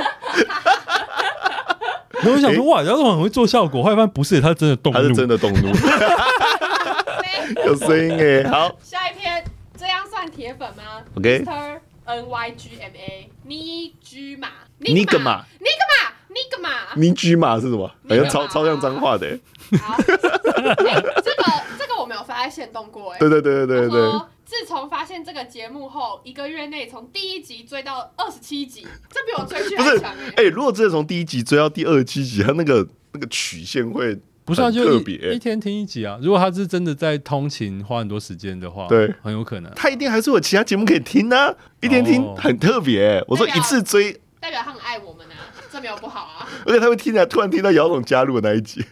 C: 然后我想说，哇，姚道红很会做效果，后来发现不是，他真的动
B: 他是
C: 怒
B: 真。的动怒，
A: 对
B: 有声音 哎。好
A: 下一篇，这样算铁粉吗
B: OK
A: Mr. N Y G M A，尼居马，
B: 尼
A: 尼
B: 格
A: 格
B: 玛
A: 玛，尼格玛，尼格玛。
B: 你举马是什么？好像超
A: 尼格玛
B: 超像脏话的欸。
A: 好，哎这个这个我没有发在线动过哎。
B: 对对对对对对
A: 他。说自从发现这个节目后，一个月内从第一集追到二十七集，这比我追剧
B: 不
A: 还
B: 是
A: 强哎，
B: 哎、如果真的从第一集追到第二十七集，他那个那个曲线会
C: 不是啊，
B: 很
C: 就
B: 特
C: 一
B: 别欸
C: 一天听一集啊。如果他是真的在通勤花很多时间的话，
B: 对，
C: 很有可能。
B: 他一定还是有其他节目可以听啊，一天听
C: 哦
B: 很特别欸、我说
A: 代
B: 一
A: 表
B: 次追，
A: 代表他很爱我们啊， 这没有不好啊。
B: 而且他会听啊，突然听到姚总加入的那一集，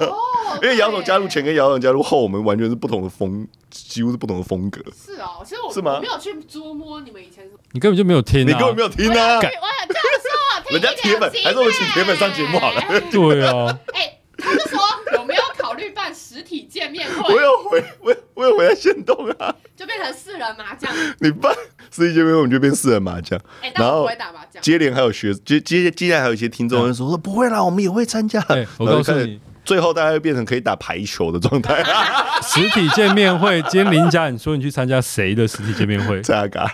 A: 哦，
B: 因为姚总加入
A: 对
B: 前跟姚总加入后，我们完全是不同的风，几乎是不同的风格。
A: 是哦，其实我
B: 是吗
A: 我没有去捉摸你们以 前是。
C: 你根本就没有听、啊，
B: 你根本没有听啊
A: 我！有这样说，听
B: 人家铁粉
A: 一两集
B: 还是我们请铁粉上节目好了
A: 哎
C: 对啊，
A: 哎， 他就说有没有考虑办实体见面
B: 我
A: 会，
B: 有回，我有我有回来现动啊！
A: 就变成四人 麻将。
B: 你办实体见面会，我们就变四人麻将。
A: 哎，但
B: 然
A: 我
B: 后
A: 不会打麻将。
B: 接连还有学接接接下来还有一些听众会说说不会啦，我们也会参加。
C: 哎嗯我
B: 然后
C: 告诉
B: 就开始
C: 你，哎
B: 最后大家会变成可以打排球的状态，
C: 实体见面会，今天林家你说你去参加谁的实体见面会？
B: 这样嘎。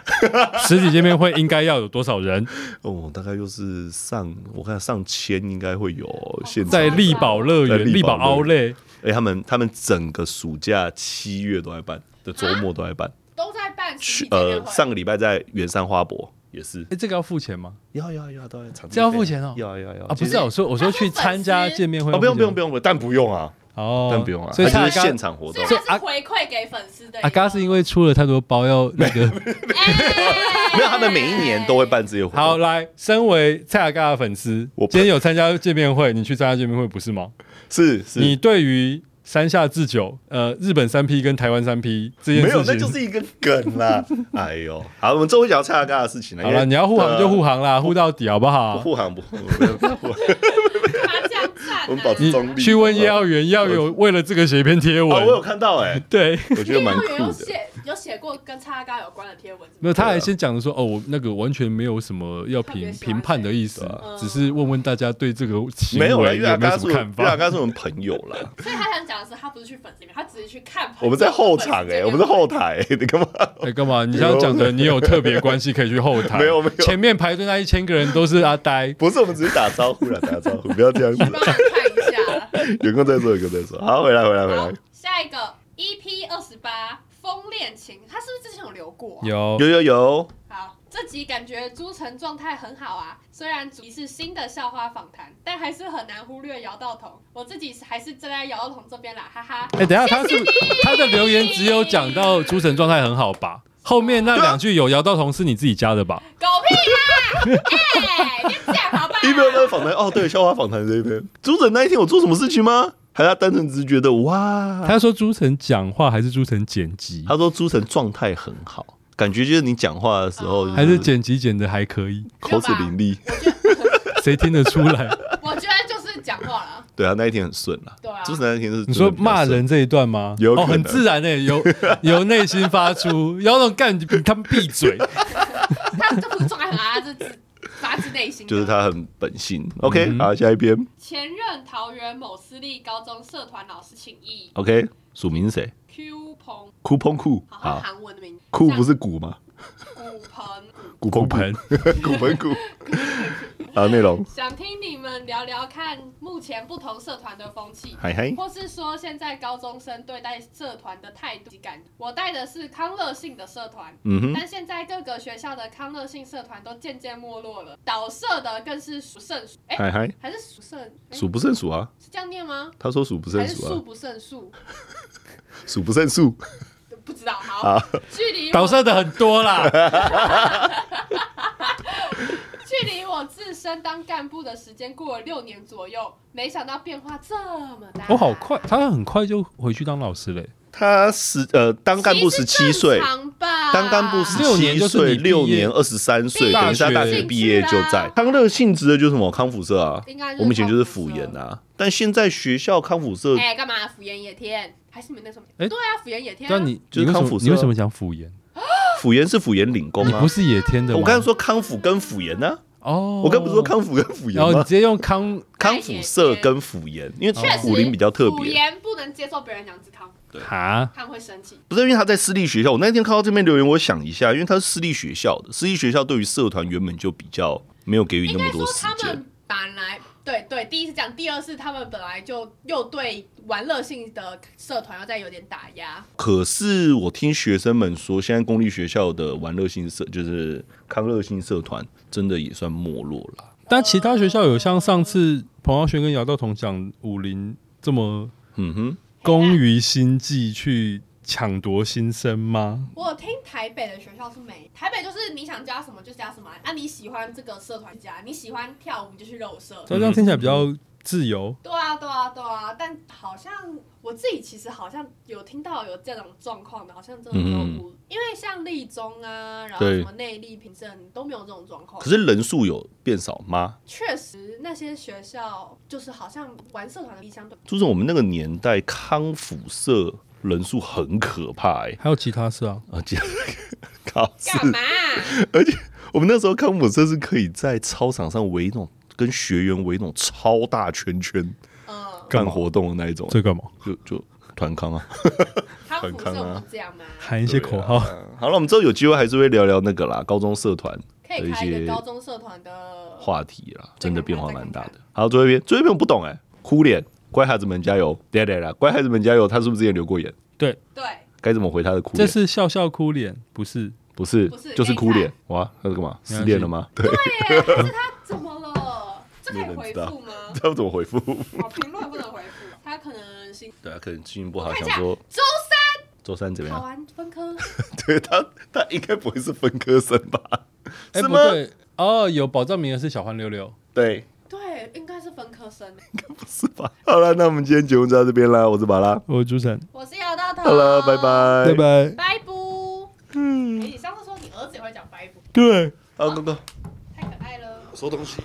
C: 实体见面会应该要有多少 人？
B: 哦，大概又是上，我看上千应该会有。现在，
C: 哦在力宝乐
B: 在
C: 园、
B: 力
C: 力
B: 宝乐
C: 宝奥莱，
B: 哎、他们他们整个暑假七月都在办，的周末都在
C: 啊
B: 办。
A: 都在办实
B: 去
A: 体见面
B: 呃，
A: 会。
B: 上个礼拜在圆山花博也是，啊
C: 哎，这个要付钱吗？
B: 要要要，当然场地
C: 这要
B: 费
C: 付钱哦
B: 要要要
C: 啊，不
B: 其
C: 是
B: 实
C: 啊，我说我说去参加见面会，
B: 哦，不用不用不用，不用但不用啊，
C: 用，哦，
B: 但不用啊，
C: 所以
B: 它
C: 他
B: 就是现场活动
A: 所以。
C: 所以
A: 他是回馈给粉丝的一个。
C: 阿嘎是因为出了太多包要那个，
A: 哎
B: 没有，他们每一年都会办这些活动。
C: 好，来，身为蔡阿嘎的粉丝，
B: 我
C: 今天有参加见面会，你去参加见面会不是吗？
B: 是是，
C: 你对于山下智久、呃日本三 P 跟台湾三 P 这件
B: 没
C: 事
B: 有
C: 情，，
B: 那就是一个梗 啦。哎呦，好，我们这回讲蔡阿嘎的事情啊了。
C: 好了，你要护航就护航啦，护到底好不
B: 航，
C: 好？
B: 哎呃护航不不不不
A: 麻将战啊
B: 我们保持
C: 你
B: 中立。
C: 去问叶耀元，耀元为了这个写一篇
B: 呃
C: 贴
B: 啊，我有
C: 文，
B: 看到 哎，
C: 对。
B: 我觉得蛮
A: 幼儿园有
B: 酷的。
A: 写有写过跟叉嘎有关的贴文，
C: 没有，他
B: 对
C: 还
B: 啊
C: 先讲的说，哦，我那个完全没有什么要
A: 特别
C: 评
A: 喜欢
C: 评判的意思
B: 谁对
A: 啊，
C: 只是问问大家对这个行
B: 嗯没
C: 为有
B: 有啦，
C: 没
B: 因为阿嘎
C: 有
B: 是
C: 什
B: 我因
C: 么看
B: 为阿
C: 法。
B: 嘎是我们朋友 啦。
A: 所以他想讲的是他不是去粉丝里面，他只是去看。
B: 我们在后场哎，我们在后台，你干嘛？
C: 哎，干嘛？你这样讲的，你有特别关系可以去后 台？
B: 没有没有
C: 前面排队那一千个人都是阿呆。
B: 不是，我们只是打招呼啦，打招呼，不要这样子
A: 帮。我看一 下。
B: 有空再说，有空再说。好，回来，回来，回
A: 好
B: 来。，
A: 下一个 EP 二十八《风恋情》，他是不是之前有留过啊、
C: 有
B: 有有有，
A: 好，这集感觉朱晨状态很好啊。虽然主题是新的校花访谈，但还是很难忽略姚道彤。我自己还是站在姚道彤这边啦，哈哈。
C: 哎，等一下他是他的留言只有讲到诸神状态很好吧？后面那两句有姚道彤是你自己加 的吧？
A: 狗屁 啦！哎、你这样好吧？
B: 一边在访谈哦，对，校花访谈这一篇。主诊那一天我做什么事情吗？还是他单纯只是觉得哇？
C: 他说诸神讲话还是诸神剪辑，
B: 他说朱晨状态很好，感觉就是你讲话的时候就
C: 还是剪辑剪的还可以，
B: 口齿伶俐。
C: 谁听得出来？
A: 我觉得就是讲话了。
B: 对啊，那一天很顺啦。
A: 对啊
B: 朱晨那一天是
C: 你
B: 真
C: 说
B: 的比较
C: 骂
B: 顺
C: 人这一段吗？
B: 有可
C: 哦，
B: 能
C: 很自然 诶、由由内心发出。姚总干，你他们闭嘴。
A: 他这不是状态很好，他这是发自内心的。
B: 就是他很本性。OK，
C: 嗯
B: 好，下一篇。
A: 前任桃园某私立高中社团老师请益
B: OK，署名是谁
A: Q 鹏，
B: ？Coupon 酷
A: 好像
B: 啊，
A: 韩文的名字。
B: 酷不是股吗？
A: 像骨盆。
B: 骨
C: 骨
B: 盆
C: 盆，
B: 骨盆 骨。啊，内容，
A: 想听你们聊聊看目前不同社团的风气，
B: 嗨嗨，
A: 或是说现在高中生对待社团的态度及感。我带的是康乐性的社团，
B: 嗯哼，
A: 但现在各个学校的康乐性社团都渐渐没落了，导社的更是数胜数，哎、
B: 嗨嗨，
A: 还是数胜，哎
B: 数不胜数啊。
A: 是这样念吗？
B: 他说数不胜
A: 还是
B: 数
A: 数
B: 啊，
A: 不胜数？
B: 数不胜数。
A: 不知道，好，距离
C: 导
A: 我
C: 射的很 多啦。
A: 距离我自身当干部的时间过了六年左右，没想到变化这么大。
C: 我好快，他很快就回去当老师嘞。
B: 他十呃，当干部
A: 其实
B: 十七岁
A: 正，常啊吧？
B: 当干部十
C: 六年
B: 七
C: 就是
B: 岁，
C: 你毕业
B: 六年二十三岁，
C: 大
B: 等于是他
C: 学
B: 大学毕业就
A: 进
B: 在
A: 去啦
B: 康乐性质的，就是什么康复社啊
A: 应该就，是
B: 我们以前就是辅研啊，但现在学校康复社
A: 哎，干嘛福原野天？还是你们那时候？
C: 哎
A: 对啊，福原野天啊。
C: 但你
B: 就是
C: 你为什
B: 康
C: 么
B: 复社
C: 你为什么讲辅研？
B: 辅研是辅研领工
C: 你
B: 啊
C: 不，是野天的吗？
B: 我刚才说康复跟辅研呢，
C: 哦，
B: 我刚不是说，康复跟辅研
C: 然后你
B: 吗
C: 直？接用康
B: 康复社跟辅研，因为
A: 确实，
B: 武林比较特
A: 辅
B: 别，
A: 言不能接受别人讲自康，
C: 哈，
A: 他们会生气。
B: 不是因为他在私立学校。我那天看到这边留言，我想一下，因为他是私立学校的，私立学校对于社团原本就比较没有给予你
A: 应
B: 那
A: 该
B: 么
A: 说
B: 多时
A: 他
B: 间。
A: 们本来对对，第一是这样，第二是他们本来就又对玩乐性的社团要再有点打压。
B: 可是我听学生们说，现在公立学校的玩乐性社就是康乐性社团，真的也算没落了。
C: 但其他学校有像上次彭浩轩跟姚道彤讲武林这么
B: 嗯哼，
C: 攻于心计去抢夺新生
B: 嗯
C: 吗？
A: 我有听台北的学校是没，台北就是你想加什么就加什么啊，啊你喜欢这个社团就加，你喜欢跳舞你就去肉社。
C: 所以这样听起来比较自由。
A: 对啊，对啊，对啊，但好像我自己其实好像有听到有这种状况的，好像真的没有
B: 嗯
A: 我，因为像立中啊，然后
B: 对
A: 什么内力、平政都没有这种状况。
B: 可是人数有变少吗？
A: 确实那些学校就是好像玩社团的力相对
B: 就是我们那个年代康复社人数很可怕哎、
C: 还有其他事啊，
B: 啊，这样 靠是
A: 干 嘛？
B: 我们那时候康复社是可以在操场上围那种跟学员围那种超大圈圈
A: 嗯，
B: 干
C: 嘛
B: 活动的那一种，
C: 这干嘛？
B: 就就团康啊。
A: 他们
B: 很
A: 不
B: 坑啊
A: 是这样吗？
C: 喊一些口号，
B: 好了，我们之后有机会还是会聊聊那个啦，高中社团
A: 可
B: 有
A: 以
B: 一
A: 开一
B: 些
A: 个高中社团的，
B: 话题啦，真的变化蛮大的
A: 再看。
B: 好，最后一篇，最后一篇我不懂哎、哭脸，乖孩子们加油，对对啦，乖孩子们加油，他是不是之前留过言？
C: 对，
A: 对，
B: 该怎么回他的哭
C: 这
B: 脸？
C: 是笑笑哭脸，不是？
B: 不是，
A: 不是
B: 就是
A: 给你
B: 哭脸
A: 看。
B: 哇，他是干嘛？
C: 系
B: 失恋了吗？ 对，
A: 对，可是他怎么了？这可
B: 没
A: 以
B: 人
A: 回
B: 知道
A: 复吗？
B: 他们怎么回复？
A: 好，评论不能回复，他可能心
B: 对啊，可能心情不好，
A: 看一
B: 想
A: 下
B: 说
A: 周三
B: 周三怎么
A: 考
B: 样？
A: 完分科。
B: 对他，他应该不会是分科生吧？是
C: 哎，不
B: 吗？
C: 对，哦，有保障名额是小欢六六，
B: 对，
A: 对，应该是分科生。
B: 不是吧？好了，那我们今天节目就到这边啦。我是马拉，
C: 我主持人，
A: 我是姚大头。
B: 好 了，拜。拜，。
C: 拜。
A: 拜不。嗯。哎，你上次说你儿子也会讲拜不，
C: 对。
B: 好，哥哥，
A: 太可爱了。
B: 收东西。